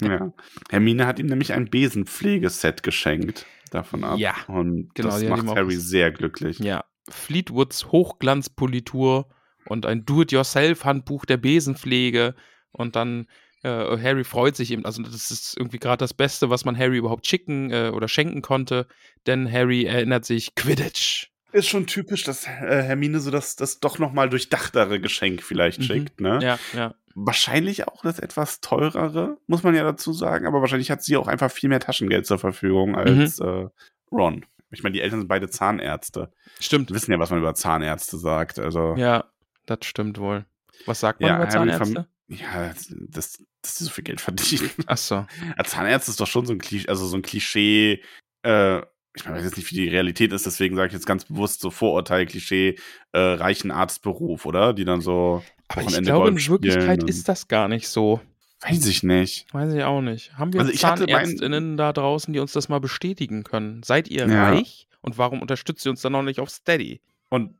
Ja. Hermine hat ihm nämlich ein Besenpflegeset geschenkt. Davon ab.
Ja,
Und
genau,
das
die hat ihm
macht
auch
Harry
was-
sehr glücklich.
ja. Fleetwoods Hochglanzpolitur und ein Do-it-yourself-Handbuch der Besenpflege. Und dann äh, Harry freut sich eben. Also, das ist irgendwie gerade das Beste, was man Harry überhaupt schicken äh, oder schenken konnte. Denn Harry erinnert sich Quidditch.
Ist schon typisch, dass äh, Hermine so das, das doch nochmal durchdachtere Geschenk vielleicht
Mhm.
schickt. Ne?
Ja, ja.
Wahrscheinlich auch das etwas teurere, muss man ja dazu sagen. Aber wahrscheinlich hat sie auch einfach viel mehr Taschengeld zur
Mhm.
Verfügung als äh, Ron. Ich meine, die Eltern sind beide Zahnärzte.
Stimmt.
Wir wissen ja, was man über Zahnärzte sagt. Also
Ja, das stimmt wohl. Was sagt man
Ja,
über
Harry
Zahnärzte?
Ja, das, das, dass sie so viel Geld verdienen.
Achso.
Als Zahnärzt ist doch schon so ein Klischee, also so ein Klischee, äh, ich weiß jetzt nicht, wie die Realität ist, deswegen sage ich jetzt ganz bewusst so Vorurteil, Klischee, äh, reichen Arztberuf, oder? Die dann so
Aber ich
Wochenende
glaube, in
Golf
Wirklichkeit
spielen und-
ist das gar nicht so.
Weiß ich nicht.
Weiß ich auch nicht. Haben wir
Also ich hatte mein-
ZahnärztInnen da draußen, die uns das mal bestätigen können? Seid ihr
Ja.
reich? Und warum unterstützt ihr uns dann noch nicht auf Steady?
Und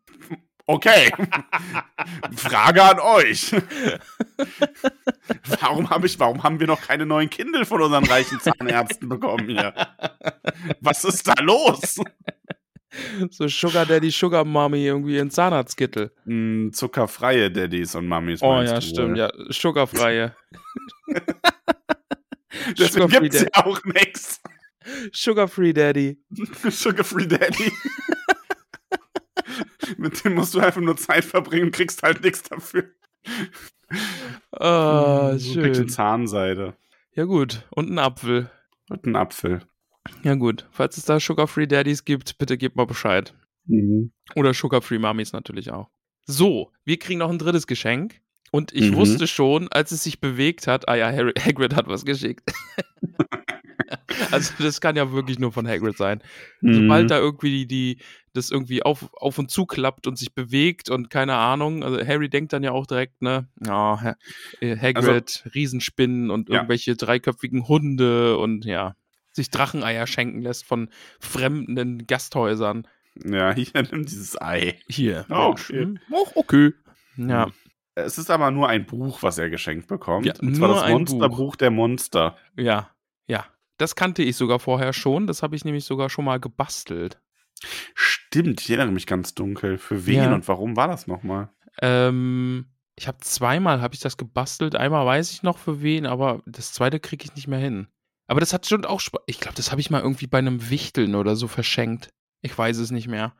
okay. Frage an euch. warum habe ich, warum haben wir noch keine neuen Kindle von unseren reichen Zahnärzten bekommen hier? Was ist da los?
So Sugar Daddy, Sugar Mommy irgendwie in Zahnarztkittel.
Hm, zuckerfreie Daddys und Mummies.
Oh
meinst
ja,
du wohl?
stimmt. Ja, Sugarfreie.
Deswegen
Sugar-free
gibt's ja auch nichts.
Sugar Free Daddy.
Sugar Free Daddy. Mit dem musst du einfach nur Zeit verbringen und kriegst halt nichts dafür.
Ah,
Du Hm, kriegst eine
schön.
Zahnseide
Ja, gut. Und einen Apfel.
und einen Apfel.
Ja, gut. Falls es da Sugar Free Daddies gibt, bitte gebt mal Bescheid. Oder Sugar Free Mummies natürlich auch. So, wir kriegen noch ein drittes Geschenk. Und ich
Mhm.
wusste schon, als es sich bewegt hat, ah ja, Harry, Hagrid hat was geschickt. also das kann ja wirklich nur von Hagrid sein.
Mhm.
Sobald da irgendwie die, die das irgendwie auf, auf und zu klappt und sich bewegt und keine Ahnung, also Harry denkt dann ja auch direkt, ne, ja, Ha- äh, Hagrid, Riesenspinnen und
Also Ja.
irgendwelche dreiköpfigen Hunde und ja, sich Dracheneier schenken lässt von fremden Gasthäusern.
Ja, hier nimm dieses Ei.
Hier.
Ah,
Oh,
okay. Hm.
okay. Auch okay. Ja,
Es ist aber nur ein Buch, was er geschenkt bekommt.
Ja,
und zwar
nur
das
ein
Monsterbuch der Monster.
ja, ja. Das kannte ich sogar vorher schon. Das habe ich nämlich sogar schon mal gebastelt.
Stimmt, ich erinnere mich ganz dunkel. Für wen
Ja.
und warum war das nochmal?
Ähm, ich habe zweimal habe ich das gebastelt. Einmal weiß ich noch für wen, aber das zweite kriege ich nicht mehr hin. Aber das hat schon auch Spaß. Ich glaube, das habe ich mal irgendwie bei einem Wichteln oder so verschenkt. Ich weiß es nicht mehr.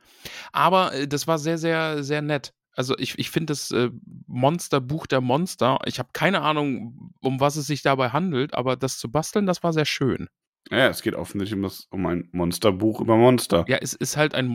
Aber äh, das war sehr, sehr, sehr nett. Also ich, ich finde das äh, Monsterbuch der Monster. Ich habe keine Ahnung, um was es sich dabei handelt, aber das zu basteln, das war sehr schön.
Ja, es geht offensichtlich um, das, um ein Monsterbuch über Monster.
Ja, es ist halt ein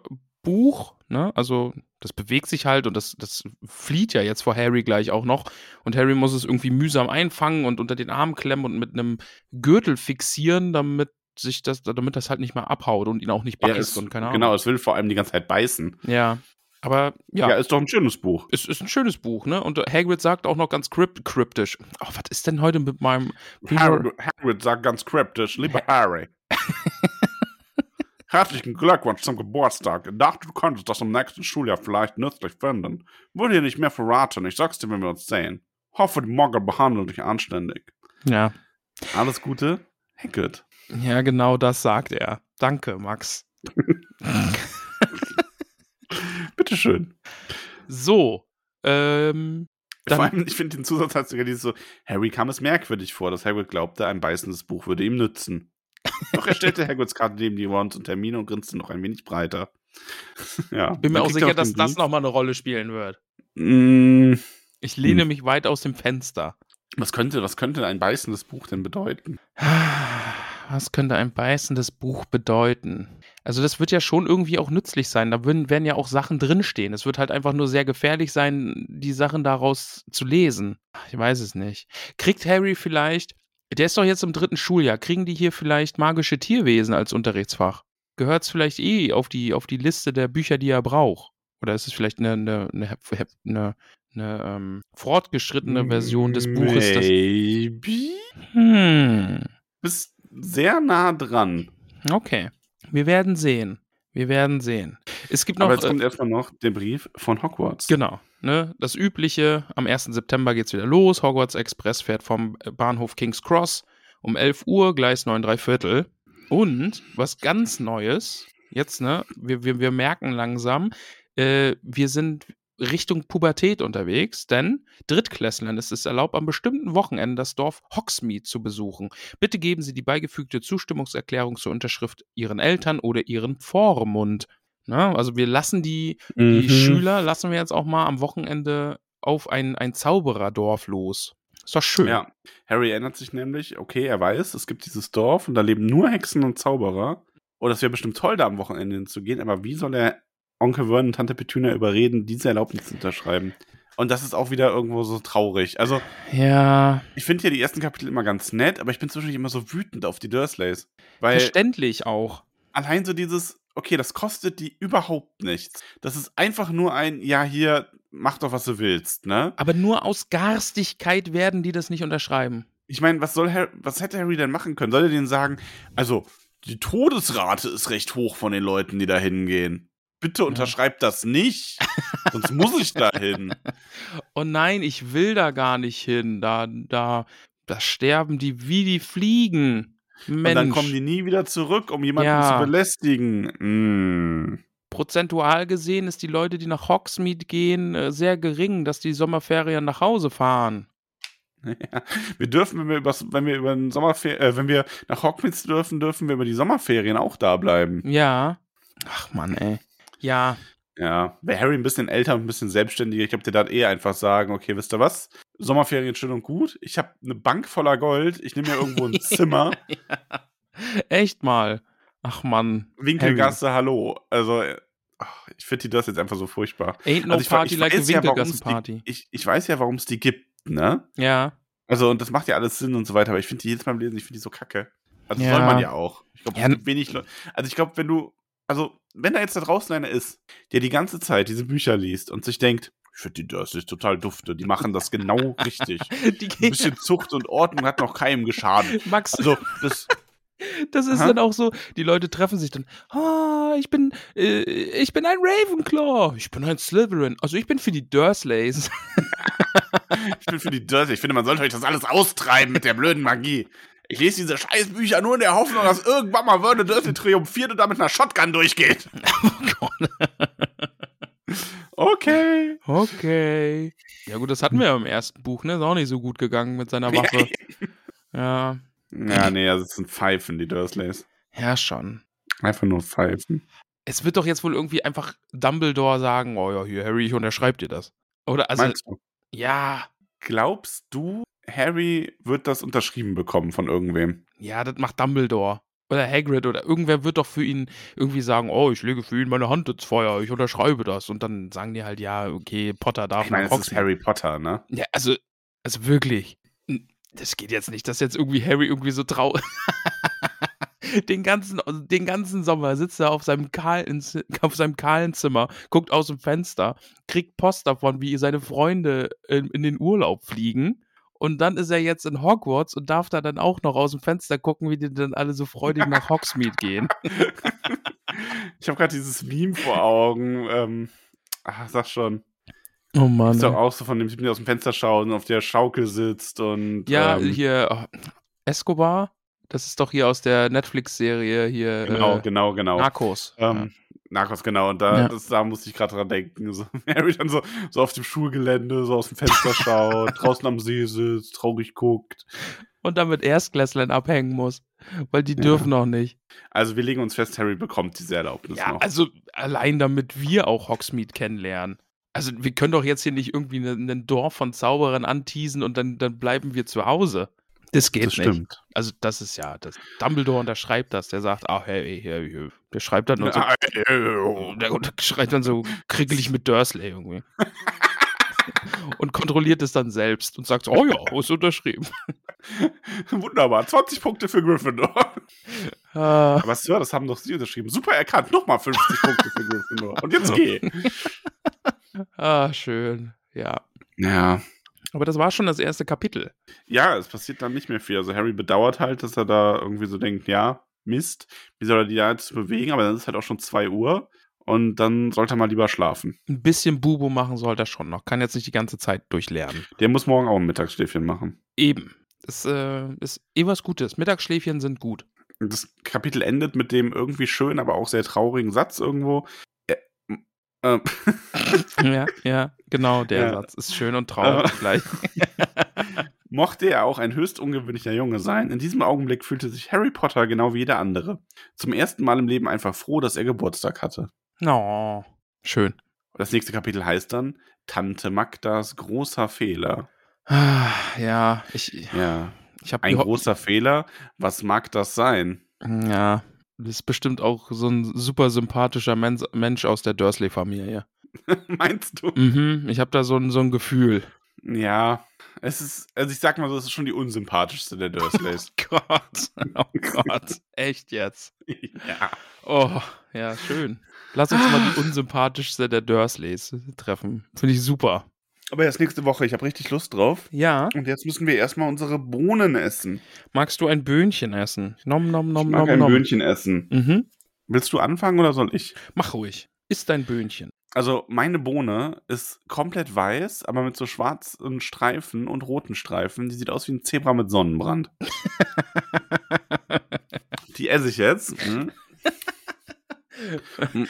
Monsterbuch, ne? Also das bewegt sich halt und das, das flieht ja jetzt vor Harry gleich auch noch. Und Harry muss es irgendwie mühsam einfangen und unter den Arm klemmen und mit einem Gürtel fixieren, damit sich das, damit das halt nicht mehr abhaut und ihn auch nicht
Ja,
beißt
es-
und keine Ahnung.
Genau, es will vor allem die ganze Zeit beißen.
Ja. Aber ja,
Ja, ist doch ein schönes Buch.
es ist ein schönes Buch, ne? Und Hagrid sagt auch noch ganz krypt kryptisch. Oh, was ist denn heute mit meinem
Harry, Hagrid sagt ganz kryptisch, lieber Harry. Herzlichen Glückwunsch zum Geburtstag. Ich dachte, du könntest das im nächsten Schuljahr vielleicht nützlich finden. Würde dir nicht mehr verraten. Ich sag's dir, wenn wir uns sehen. Hoffe, die Muggel behandeln dich anständig.
Ja.
Alles Gute, Hagrid.
Ja, genau das sagt er. Danke, Max.
Bitteschön.
So, ähm, Dann-
Vor allem, ich finde den Zusatz hat sogar dieses so, Harry kam es merkwürdig vor, dass Hagrid glaubte, ein beißendes Buch würde ihm nützen. Doch er stellte Hagrids Karte neben die Wands und Termine und grinste noch ein wenig breiter. ja.
bin mir
Dann
auch
kriegt
sicher,
er den
dass das
Brief.
nochmal eine Rolle spielen wird.
Mm,
Ich lehne
Hm.
mich weit aus dem Fenster.
Was könnte, was könnte ein beißendes Buch denn bedeuten?
Was könnte ein beißendes Buch bedeuten? Also das wird ja schon irgendwie auch nützlich sein. Da würden, werden ja auch Sachen drinstehen. Es wird halt einfach nur sehr gefährlich sein, die Sachen daraus zu lesen. Ich weiß es nicht. Kriegt Harry vielleicht, der ist doch jetzt im dritten Schuljahr, kriegen die hier vielleicht magische Tierwesen als Unterrichtsfach? Gehört es vielleicht eh auf die, auf die Liste der Bücher, die er braucht? Oder ist es vielleicht eine, eine, eine, eine, eine ähm, fortgeschrittene Version des Buches? Das,
Maybe?
hm.
Bist sehr nah dran.
Okay. Wir werden sehen. Wir werden sehen. Es gibt noch.
Aber jetzt
äh,
kommt erstmal noch der Brief von Hogwarts.
genau. Ne, das übliche, am 1. September geht's wieder los. Hogwarts Express fährt vom äh, Bahnhof King's Cross um 11 Uhr, Gleis 9, 3 Viertel. Und was ganz Neues, jetzt, ne, wir, wir, wir merken langsam, äh, wir sind Richtung Pubertät unterwegs, denn Drittklässlern ist es erlaubt, am bestimmten Wochenende das Dorf Hogsmeade zu besuchen. Bitte geben Sie die beigefügte Zustimmungserklärung zur Unterschrift Ihren Eltern oder Ihren Vormund. Ne? Also wir lassen die, die
Mhm.
Schüler, lassen wir jetzt auch mal am Wochenende auf ein, ein Zaubererdorf los. Ist doch schön.
Ja. Harry erinnert sich nämlich, okay, er weiß, es gibt dieses Dorf und da leben nur Hexen und Zauberer. Und das wäre bestimmt toll, da am Wochenende hinzugehen, aber wie soll er Onkel Vernon und Tante Petunia überreden, diese Erlaubnis zu unterschreiben? Und das ist auch wieder irgendwo so traurig. Also,
ja
ich finde ja die ersten Kapitel immer ganz nett, aber ich bin zwischendurch immer so wütend auf die Dursleys. Weil
verständlich auch.
allein so dieses, okay, das kostet die überhaupt nichts. Das ist einfach nur ein, ja, hier, mach doch, was du willst, ne?
Aber nur aus Garstigkeit werden die das nicht unterschreiben.
Ich meine, was soll Harry, was hätte Harry denn machen können? Soll er denen sagen, also die Todesrate ist recht hoch von den Leuten, die da hingehen. Bitte unterschreibt das nicht, sonst muss ich da hin.
oh nein, ich will da gar nicht hin. Da, da, da sterben die wie die Fliegen. Mensch,
Und dann kommen die nie wieder zurück, um jemanden
Ja.
zu belästigen. Mm.
prozentual gesehen ist die Leute, die nach Hogsmeade gehen, äh, sehr gering, dass die Sommerferien nach Hause fahren.
Ja. Wir dürfen, wenn wir, übers, wenn wir über den Sommerfer äh, wenn wir nach Hogwarts dürfen, dürfen wir über die Sommerferien auch da bleiben.
Ja. Ach Mann, ey. Ja,
Ja, wäre Harry ein bisschen älter und ein bisschen selbstständiger, ich glaube, der darf eh einfach sagen, okay, wisst ihr was? Sommerferien schön und gut. Ich habe eine Bank voller Gold. Ich nehme mir irgendwo ein Zimmer.
echt mal. Ach Mann.
Winkelgasse, hallo. Also, äh, ach, ich finde die das jetzt einfach so furchtbar.
Ain't no
also ich, wa-
party
ich
like a
weiß ja, warum's
Winkelgassenparty.
Die, ich, ich weiß ja, warum es die gibt, ne?
Ja.
Also, und das macht ja alles Sinn und so weiter, aber ich finde die jedes Mal im Lesen, ich finde die so kacke. Also,
Ja.
soll man ja auch. Ich glaube,
Ja,
es gibt wenig Leute. Also, ich glaube, wenn du, also, wenn da jetzt da draußen einer ist, der die ganze Zeit diese Bücher liest und sich denkt, ich finde die Dursleys total dufte, die machen das genau richtig.
Die
Ein
gehen,
bisschen Zucht und Ordnung hat noch keinem geschadet.
Max,
Also, das,
das ist
Aha.
dann auch so, die Leute treffen sich dann, ah, ich bin, äh, ich bin ein Ravenclaw, ich bin ein Slytherin, also ich bin für die Dursleys.
Ich bin für die Dirty. Ich finde, man sollte euch das alles austreiben mit der blöden Magie. Ich lese diese Scheißbücher nur in der Hoffnung, dass irgendwann mal Vernon Dursley triumphiert und da mit einer Shotgun durchgeht. Okay.
Okay. Ja gut, das hatten wir ja im ersten Buch, ne? Ist auch nicht so gut gegangen mit seiner Waffe. Ja,
Ja, nee, also es sind Pfeifen, die Dursleys.
ja schon.
Einfach nur Pfeifen.
Es wird doch jetzt wohl irgendwie einfach Dumbledore sagen, oh ja, hier Harry, ich unterschreibe dir das. Oder also
Meinst du?
ja,
Glaubst du, Harry wird das unterschrieben bekommen von irgendwem?
ja, das macht Dumbledore oder Hagrid oder irgendwer wird doch für ihn irgendwie sagen, oh, ich lege für ihn meine Hand ins Feuer, ich unterschreibe das und dann sagen die halt ja, okay, Potter darf
Ich meine,
nach
es ist
Hogsmeade.
Harry Potter, ne?
Ja, also also wirklich. N- Das geht jetzt nicht, dass jetzt irgendwie Harry irgendwie so trau Den ganzen, also den ganzen Sommer sitzt er auf seinem, kahlen, Z- auf seinem kahlen Zimmer, guckt aus dem Fenster, kriegt Post davon, wie seine Freunde in, in den Urlaub fliegen. Und dann ist er jetzt in Hogwarts und darf da dann auch noch aus dem Fenster gucken, wie die dann alle so freudig nach Hogsmeade gehen.
Ich habe gerade dieses Meme vor Augen. Ähm, ach, sag schon.
Oh
Ist doch
Mann.
auch so von dem Typen, der aus dem Fenster schaut und auf der Schaukel sitzt und.
Ja,
ähm,
hier, oh, Escobar, das ist doch hier aus der Netflix-Serie hier.
Genau,
äh,
genau, genau.
Narcos.
ähm, Narcos, genau. Und da,
Ja.
das, da musste ich gerade dran denken. So, Harry dann so, so auf dem Schulgelände, so aus dem Fenster schaut, draußen am See sitzt, traurig guckt.
und dann mit Erstklässlern abhängen muss, weil die
Ja.
dürfen noch nicht.
Also wir legen uns fest, Harry bekommt diese Erlaubnis
Ja,
noch.
also allein damit wir auch Hogsmeade kennenlernen. Also wir können doch jetzt hier nicht irgendwie ne- ein Dorf von Zauberern anteasen und dann, dann bleiben wir zu Hause. Das geht
Das
nicht.
stimmt.
Also, das ist ja, das, Dumbledore unterschreibt das. Der sagt, ah, hey, hey, hey, der schreibt dann und so,
also
der schreibt dann so kriegelig mit Dursley irgendwie. und kontrolliert es dann selbst und sagt so, oh ja, ist unterschrieben.
Wunderbar, 20 Punkte für Gryffindor.
Äh,
Aber Sir, das haben doch Sie unterschrieben. Super erkannt, nochmal 50 Punkte für Gryffindor. Und jetzt geh.
ah, schön. Ja.
Ja.
Aber das war schon das erste Kapitel.
Ja, es passiert dann nicht mehr viel. Also Harry bedauert halt, dass er da irgendwie so denkt, ja, Mist, wie soll er die da jetzt bewegen? Aber dann ist halt auch schon 2 Uhr und dann sollte er mal lieber schlafen.
Ein bisschen Bubu machen sollte er schon noch. Kann jetzt nicht die ganze Zeit durchlernen.
Der muss morgen auch ein Mittagsschläfchen machen.
Eben. Das äh, ist eh was Gutes. Mittagsschläfchen sind gut.
Und Das Kapitel endet mit dem irgendwie schönen, aber auch sehr traurigen Satz irgendwo. Ä- m- ähm,
ja, ja, genau, der
Ja.
Satz ist schön und traurig
Aber-
gleich.
Mochte er auch ein höchst ungewöhnlicher Junge sein, in diesem Augenblick fühlte sich Harry Potter genau wie jeder andere. Zum ersten Mal im Leben einfach froh, dass er Geburtstag hatte.
No. Schön.
Das nächste Kapitel heißt dann Tante Magdas großer Fehler.
Ah, Ja, ich,
Ja.
ich habe
Ein großer Fehler. Was mag das sein?
Ja, das ist bestimmt auch so ein super sympathischer Mensch, Mensch aus der Dursley-Familie.
Meinst du?
Mhm, ich habe da so ein, so ein Gefühl.
Ja. Es ist, also ich sag mal so, es ist schon die unsympathischste der Dursleys.
Gott, oh Gott, echt jetzt.
ja.
Oh, ja, schön. Lass uns mal die unsympathischste der Dursleys treffen. Finde ich super.
Aber erst nächste Woche, ich habe richtig Lust drauf.
Ja,
Und jetzt müssen wir erstmal unsere Bohnen essen.
magst du ein Böhnchen essen? Nom, nom,
Ich
nom,
mag
nom,
ein
nom.
Böhnchen essen.
Mhm.
Willst du anfangen oder soll ich?
Mach ruhig. Ist dein Böhnchen.
Also meine Bohne ist komplett weiß, aber mit so schwarzen Streifen und roten Streifen. Die sieht aus wie ein Zebra mit Sonnenbrand. die esse ich jetzt. Hm?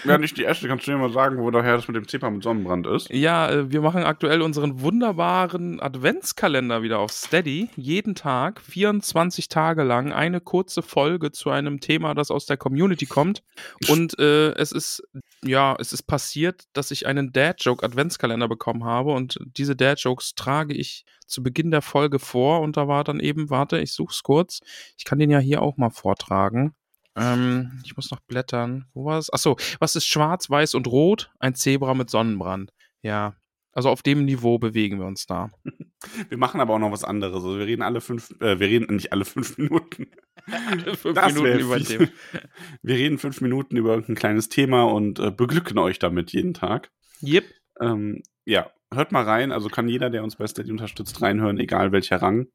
ja, nicht die erste, kannst du mir mal sagen, wo daher das mit dem Zebra mit Sonnenbrand ist.
Ja, äh, wir machen aktuell unseren wunderbaren Adventskalender wieder auf Steady. Jeden Tag, 24 Tage lang, eine kurze Folge zu einem Thema, das aus der Community kommt. Und äh, es ist, ja, es ist passiert, dass ich einen Dad-Joke-Adventskalender bekommen habe. Und diese Dad-Jokes trage ich zu Beginn der Folge vor. Und da war dann eben, warte, ich such's kurz. Ich kann den ja hier auch mal vortragen. Ähm, ich muss noch blättern. Wo war es? Achso, was ist schwarz, weiß und rot? Ein Zebra mit Sonnenbrand. Ja. Also auf dem Niveau bewegen wir uns da.
Wir machen aber auch noch was anderes. Also wir reden alle fünf, äh, wir reden nicht alle fünf Minuten.
Fünf
Das wär viel.
dem.
Wir reden fünf Minuten über irgendein kleines Thema und äh, beglücken euch damit jeden Tag.
Yep.
Ähm, ja, hört mal rein. Also kann jeder, der uns bei Steady unterstützt, reinhören, egal welcher Rang.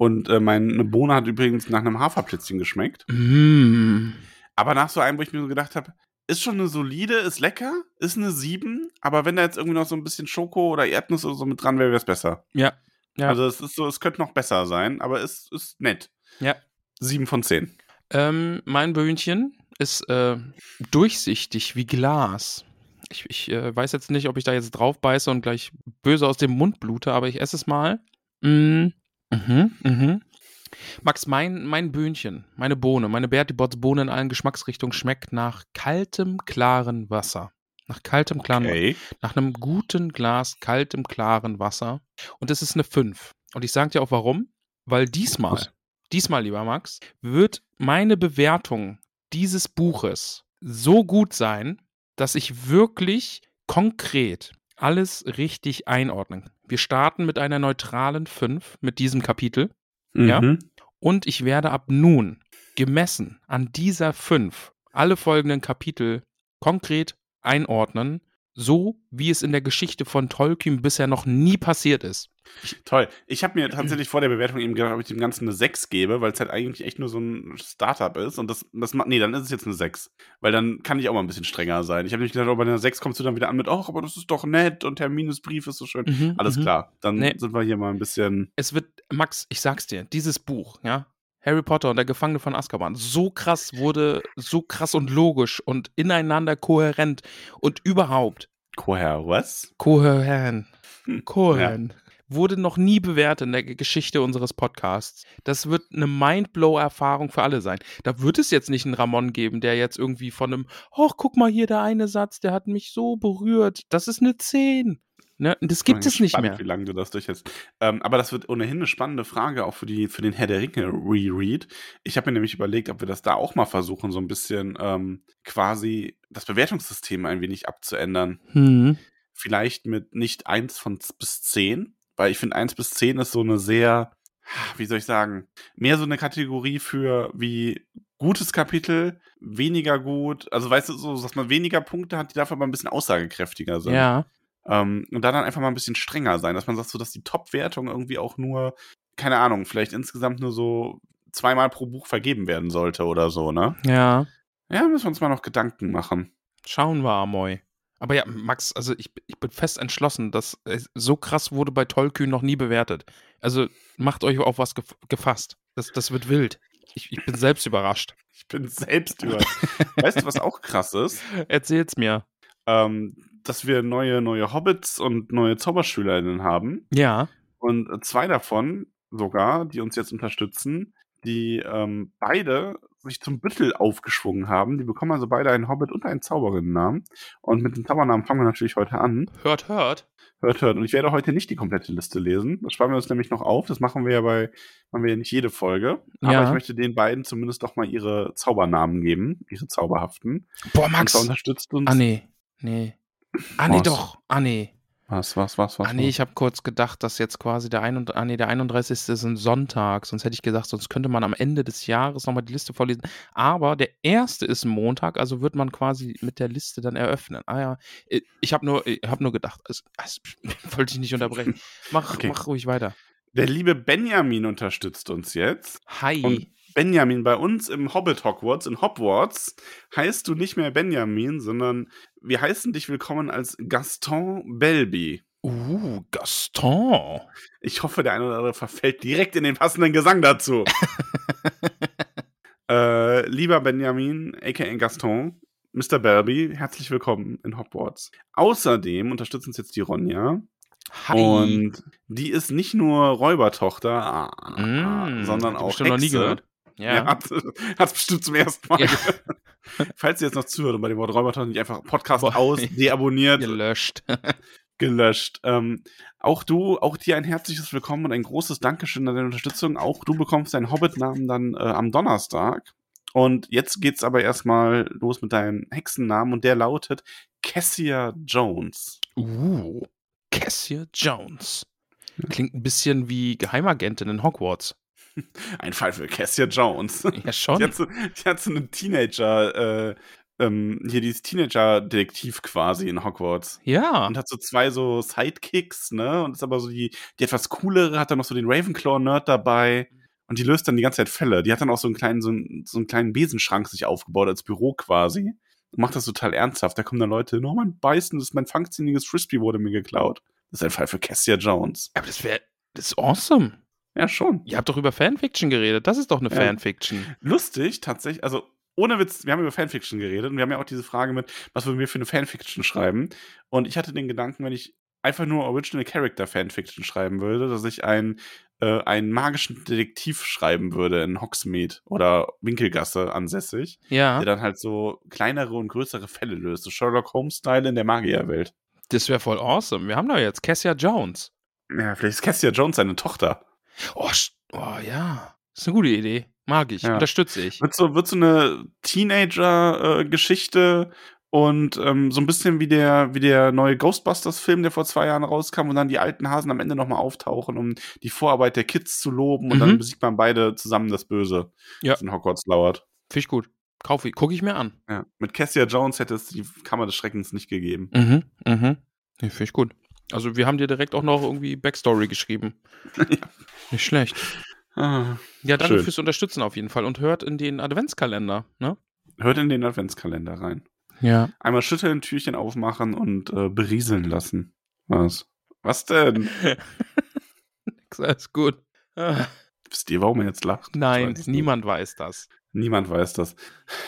Und äh, meine Bohne hat übrigens nach einem Haferplätzchen geschmeckt.
Mm.
Aber nach so einem, wo ich mir so gedacht habe, ist schon eine solide, ist lecker, ist eine 7, aber wenn da jetzt irgendwie noch so ein bisschen Schoko oder Erdnuss oder so mit dran wäre, wäre es besser.
Ja, ja.
Also es ist so, es könnte noch besser sein, aber es ist nett.
Ja.
7 von 10.
Ähm, mein Böhnchen ist äh, durchsichtig wie Glas. Ich, ich äh, weiß jetzt nicht, ob ich da jetzt drauf beiße und gleich böse aus dem Mund blute, aber ich esse es mal. Mm. Mhm, mhm. Max, mein, mein Böhnchen, meine Bohne, meine Bertibots Bohne in allen Geschmacksrichtungen schmeckt nach kaltem, klaren Wasser. Nach kaltem, klaren Wasser. nach einem guten Glas kaltem, klaren Wasser. Und es ist eine 5. Und ich sage dir auch warum. Weil diesmal,
Was?
diesmal, lieber Max, wird meine Bewertung dieses Buches so gut sein, dass ich wirklich konkret alles richtig einordnen. Wir starten mit einer neutralen 5 mit diesem Kapitel. Ja.
Mhm.
Und ich werde ab nun gemessen an dieser fünf alle folgenden Kapitel konkret einordnen, so wie es in der Geschichte von Tolkien bisher noch nie passiert ist.
Toll. Ich habe mir tatsächlich vor der Bewertung eben gedacht, ob ich dem Ganzen eine 6 gebe, weil es halt eigentlich echt nur so ein Startup ist. Und das, das macht, nee, dann ist es jetzt eine 6. Weil dann kann ich auch mal ein bisschen strenger sein. Ich habe nämlich gedacht, oh, bei einer 6 kommst du dann wieder an mit, ach, aber das ist doch nett und Hermines Brief ist so schön. Alles klar. Dann
Mhm. Nee.
sind wir hier mal ein bisschen.
Es wird, Max, ich sag's dir, dieses Buch, ja, Harry Potter und der Gefangene von Azkaban, so krass wurde, so krass und logisch und ineinander kohärent und überhaupt
Koher, was?
Kohären. Kohären. Hm. Wurde noch nie bewertet in der G- Geschichte unseres Podcasts. Das wird eine Mindblow-Erfahrung für alle sein. Da wird es jetzt nicht einen Ramon geben, der jetzt irgendwie von einem, oh, guck mal hier, der eine Satz, der hat mich so berührt. Das ist eine 10. Ne? Und das
bin
gibt es nicht
gespannt,
mehr.
Wie lange du das durchhältst. Ähm, aber das wird ohnehin eine spannende Frage auch für, die, für den Herr der Ringe Reread. Ich habe mir nämlich überlegt, ob wir das da auch mal versuchen, so ein bisschen ähm, quasi das Bewertungssystem ein wenig abzuändern.
Hm.
Vielleicht mit nicht 1 von z- bis 10, weil ich finde 1 bis 10 ist so eine sehr, wie soll ich sagen, mehr so eine Kategorie für wie gutes Kapitel, weniger gut, also weißt du, so, dass man weniger Punkte hat, die dafür aber ein bisschen aussagekräftiger sind.
Ja.
Ähm, und da dann einfach mal ein bisschen strenger sein, dass man sagt, so, dass die Top-Wertung irgendwie auch nur, keine Ahnung, vielleicht insgesamt nur so zweimal pro Buch vergeben werden sollte oder so, ne?
Ja.
Ja, müssen wir uns mal noch Gedanken machen.
Schauen wir, Amoy. Aber ja, Max, also ich, ich bin fest entschlossen, dass äh, so krass wurde bei Tollkühn noch nie bewertet. Also macht euch auf was gef gefasst. Das, das wird wild. Ich, ich bin selbst überrascht.
Ich bin selbst über. weißt du, was auch krass ist?
Erzähl's mir.
Ähm, dass wir neue, neue Hobbits und neue Zauberschülerinnen haben.
Ja.
Und äh, zwei davon sogar, die uns jetzt unterstützen, die ähm, beide sich zum Büttel aufgeschwungen haben. Die bekommen also beide einen Hobbit und einen Zauberinnennamen. Und mit dem Zaubernamen fangen wir natürlich heute an.
Hört, hört.
Hört, hört. Und ich werde heute nicht die komplette Liste lesen. Das sparen wir uns nämlich noch auf. Das machen wir ja bei, machen wir ja nicht jede Folge. Aber
Ja.
ich möchte den beiden zumindest doch mal ihre Zaubernamen geben, ihre zauberhaften.
Boah,
Und da
Max.
unterstützt uns.
Ah, nee. Nee. Ah, nee,
Was?
doch. Ah, nee.
Was, was, was, was?
Ah, nee,
was?
ich habe kurz gedacht, dass jetzt quasi der, ein ah, nee, der 31. ist ein Sonntag. Sonst hätte ich gesagt, sonst könnte man am Ende des Jahres nochmal die Liste vorlesen. Aber der erste ist ein Montag, also wird man quasi mit der Liste dann eröffnen. Ah ja, Äh, ich habe nur, ich hab nur gedacht, es, es, wollte ich nicht unterbrechen. Mach,
Okay.
mach ruhig weiter.
Der liebe Benjamin unterstützt uns jetzt.
Hi.
Und- Benjamin, bei uns im Hobbit Hogwarts, in Hogwarts, heißt du nicht mehr Benjamin, sondern wir heißen dich willkommen als Gaston Belby.
uh, Gaston.
Ich hoffe, der eine oder andere verfällt direkt in den passenden Gesang dazu. äh, lieber Benjamin, a.k.a. Gaston, Mr. Belby, herzlich willkommen in Hogwarts. Außerdem unterstützt uns jetzt die Ronja.
Hi.
Und die ist nicht nur Räubertochter, ah, ah,
Mm,
ah, sondern
hab ich
auch
bestimmt
Hexe.
noch nie gehört.
Ja.
ja.
hat es bestimmt zum ersten Mal.
Ja.
gehört. Falls ihr jetzt noch zuhört und bei dem Wort Räubertochter nicht einfach Podcast
Boah. Genau.
aus, deabonniert,
gelöscht.
gelöscht. Ähm, auch du, auch dir ein herzliches Willkommen und ein großes Dankeschön an deine Unterstützung. Auch du bekommst deinen Hobbit-Namen dann äh, am Donnerstag. Und jetzt geht's aber erstmal los mit deinem Hexennamen und der lautet Cassia Jones.
Uh, Cassia Jones. Klingt ein bisschen wie Geheimagentin in Hogwarts.
Ein Fall für Cassia Jones.
Ja, schon.
Die hat so, die hat so einen Teenager, äh, ähm, hier dieses Teenager-Detektiv quasi in Hogwarts.
Ja.
und hat so zwei so Sidekicks, ne? Und ist aber so die, die etwas coolere, hat dann noch so den Ravenclaw-Nerd dabei. Und die löst dann die ganze Zeit Fälle. Die hat dann auch so einen kleinen, so einen, so einen kleinen Besenschrank sich aufgebaut als Büro quasi. Und macht das total ernsthaft. Da kommen dann Leute, oh, mein beißendes, mein fangzinniges Frisbee wurde mir geklaut. Das ist ein Fall für Cassia Jones.
Aber das wäre, das ist awesome.
Ja, schon.
Ihr habt doch über Fanfiction geredet. Das ist doch eine
Ja.
Fanfiction.
Lustig, tatsächlich, also ohne Witz, wir haben über Fanfiction geredet und wir haben ja auch diese Frage mit, was würden wir für eine Fanfiction schreiben? Und ich hatte den Gedanken, wenn ich einfach nur Original Character Fanfiction schreiben würde, dass ich einen, äh, einen magischen Detektiv schreiben würde in Hogsmeade oder Winkelgasse ansässig,
Ja.
der dann halt so kleinere und größere Fälle löst, so Sherlock Holmes-Style in der Magierwelt.
Das wäre voll awesome. Wir haben doch jetzt Cassia Jones.
Ja, vielleicht ist Cassia Jones seine Tochter.
Oh, sch- oh ja. Ist eine gute Idee. Mag ich.
Ja.
Unterstütze ich.
Wird so, wird so eine Teenager-Geschichte und ähm, so ein bisschen wie der, wie der neue Ghostbusters-Film, der vor zwei Jahren rauskam, und dann die alten Hasen am Ende nochmal auftauchen, um die Vorarbeit der Kids zu loben und
Mhm.
dann besiegt man beide zusammen das Böse,
Ja.
das in Hogwarts lauert.
Finde ich gut. Kaufe ich. Gucke ich mir an.
Ja. Mit Cassia Jones hätte es die Kammer des Schreckens nicht gegeben.
Mhm. Mhm. Nee, Finde ich gut. Also, wir haben dir direkt auch noch irgendwie Backstory geschrieben. Nicht schlecht.
Ah.
Ja, danke
Schön.
fürs Unterstützen auf jeden Fall. Und hört in den Adventskalender, ne?
Hört in den Adventskalender rein.
Ja.
Einmal schütteln, Türchen aufmachen und äh, berieseln lassen. Was? Was denn?
Alles gut. Ah,
Wisst ihr, warum er jetzt lacht? Ich
Nein,
weiß es nicht.
niemand weiß das.
Niemand weiß das.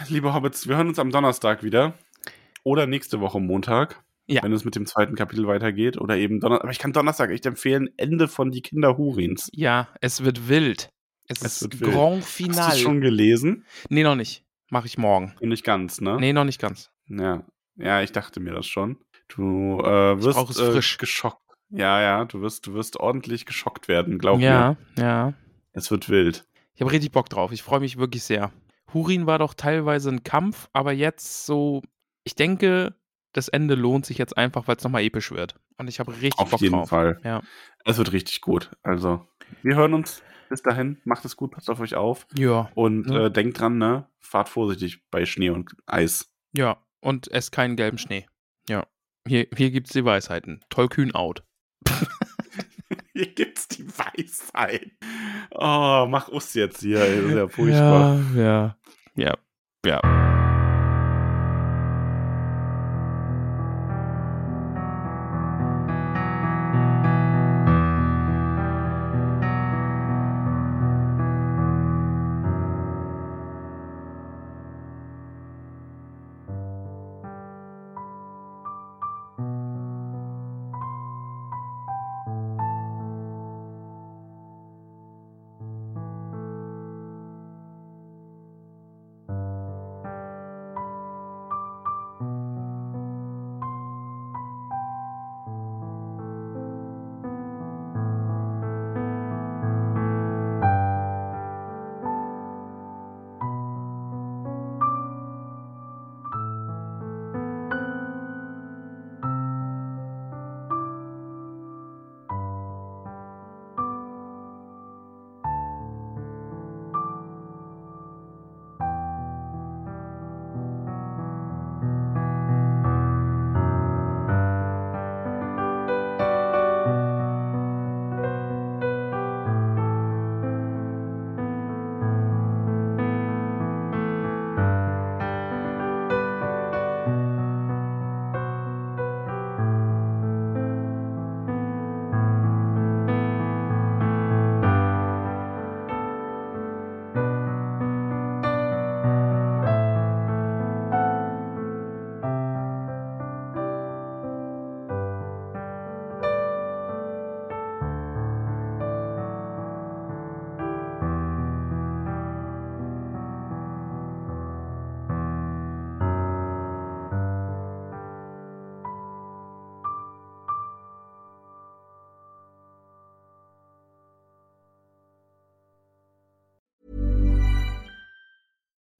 Liebe Hobbits, wir hören uns am Donnerstag wieder. Oder nächste Woche Montag,
Ja.
wenn es mit dem zweiten Kapitel weitergeht. Oder eben Donnerstag. Aber ich kann Donnerstag echt empfehlen, Ende von Die Kinder Hurins.
Ja, es wird wild. Es,
Es
ist
wird wild.
Grand
Hast
Final.
du schon gelesen?
Nee, noch nicht. Mache ich morgen.
Und nicht ganz, ne?
Nee, noch nicht ganz.
Ja. ja, ich dachte mir das schon. Du äh,
brauch es
wirst äh,
frisch.
geschockt Ja, ja, du wirst, du wirst ordentlich geschockt werden, glaub mir.
ja, ja.
Es wird wild.
Ich habe richtig Bock drauf. Ich freue mich wirklich sehr. Hurin war doch teilweise ein Kampf, aber jetzt so, ich denke, das Ende lohnt sich jetzt einfach, weil es nochmal episch wird. Und ich habe richtig
Auf
Bock
jeden
drauf.
Fall.
Ja.
Es wird richtig gut. Also, wir hören uns. Bis dahin, macht es gut, passt auf euch auf.
Ja,
Und
Ja.
äh, denkt dran, ne? Fahrt vorsichtig bei Schnee und Eis.
ja. Und esst keinen gelben Schnee. Ja. Hier, hier gibt es die Weisheiten. Tollkühn out.
Hier gibt's die Weisheit. Oh, mach Us jetzt hier. ey, Das ist ja furchtbar.
ja. Ja. Ja.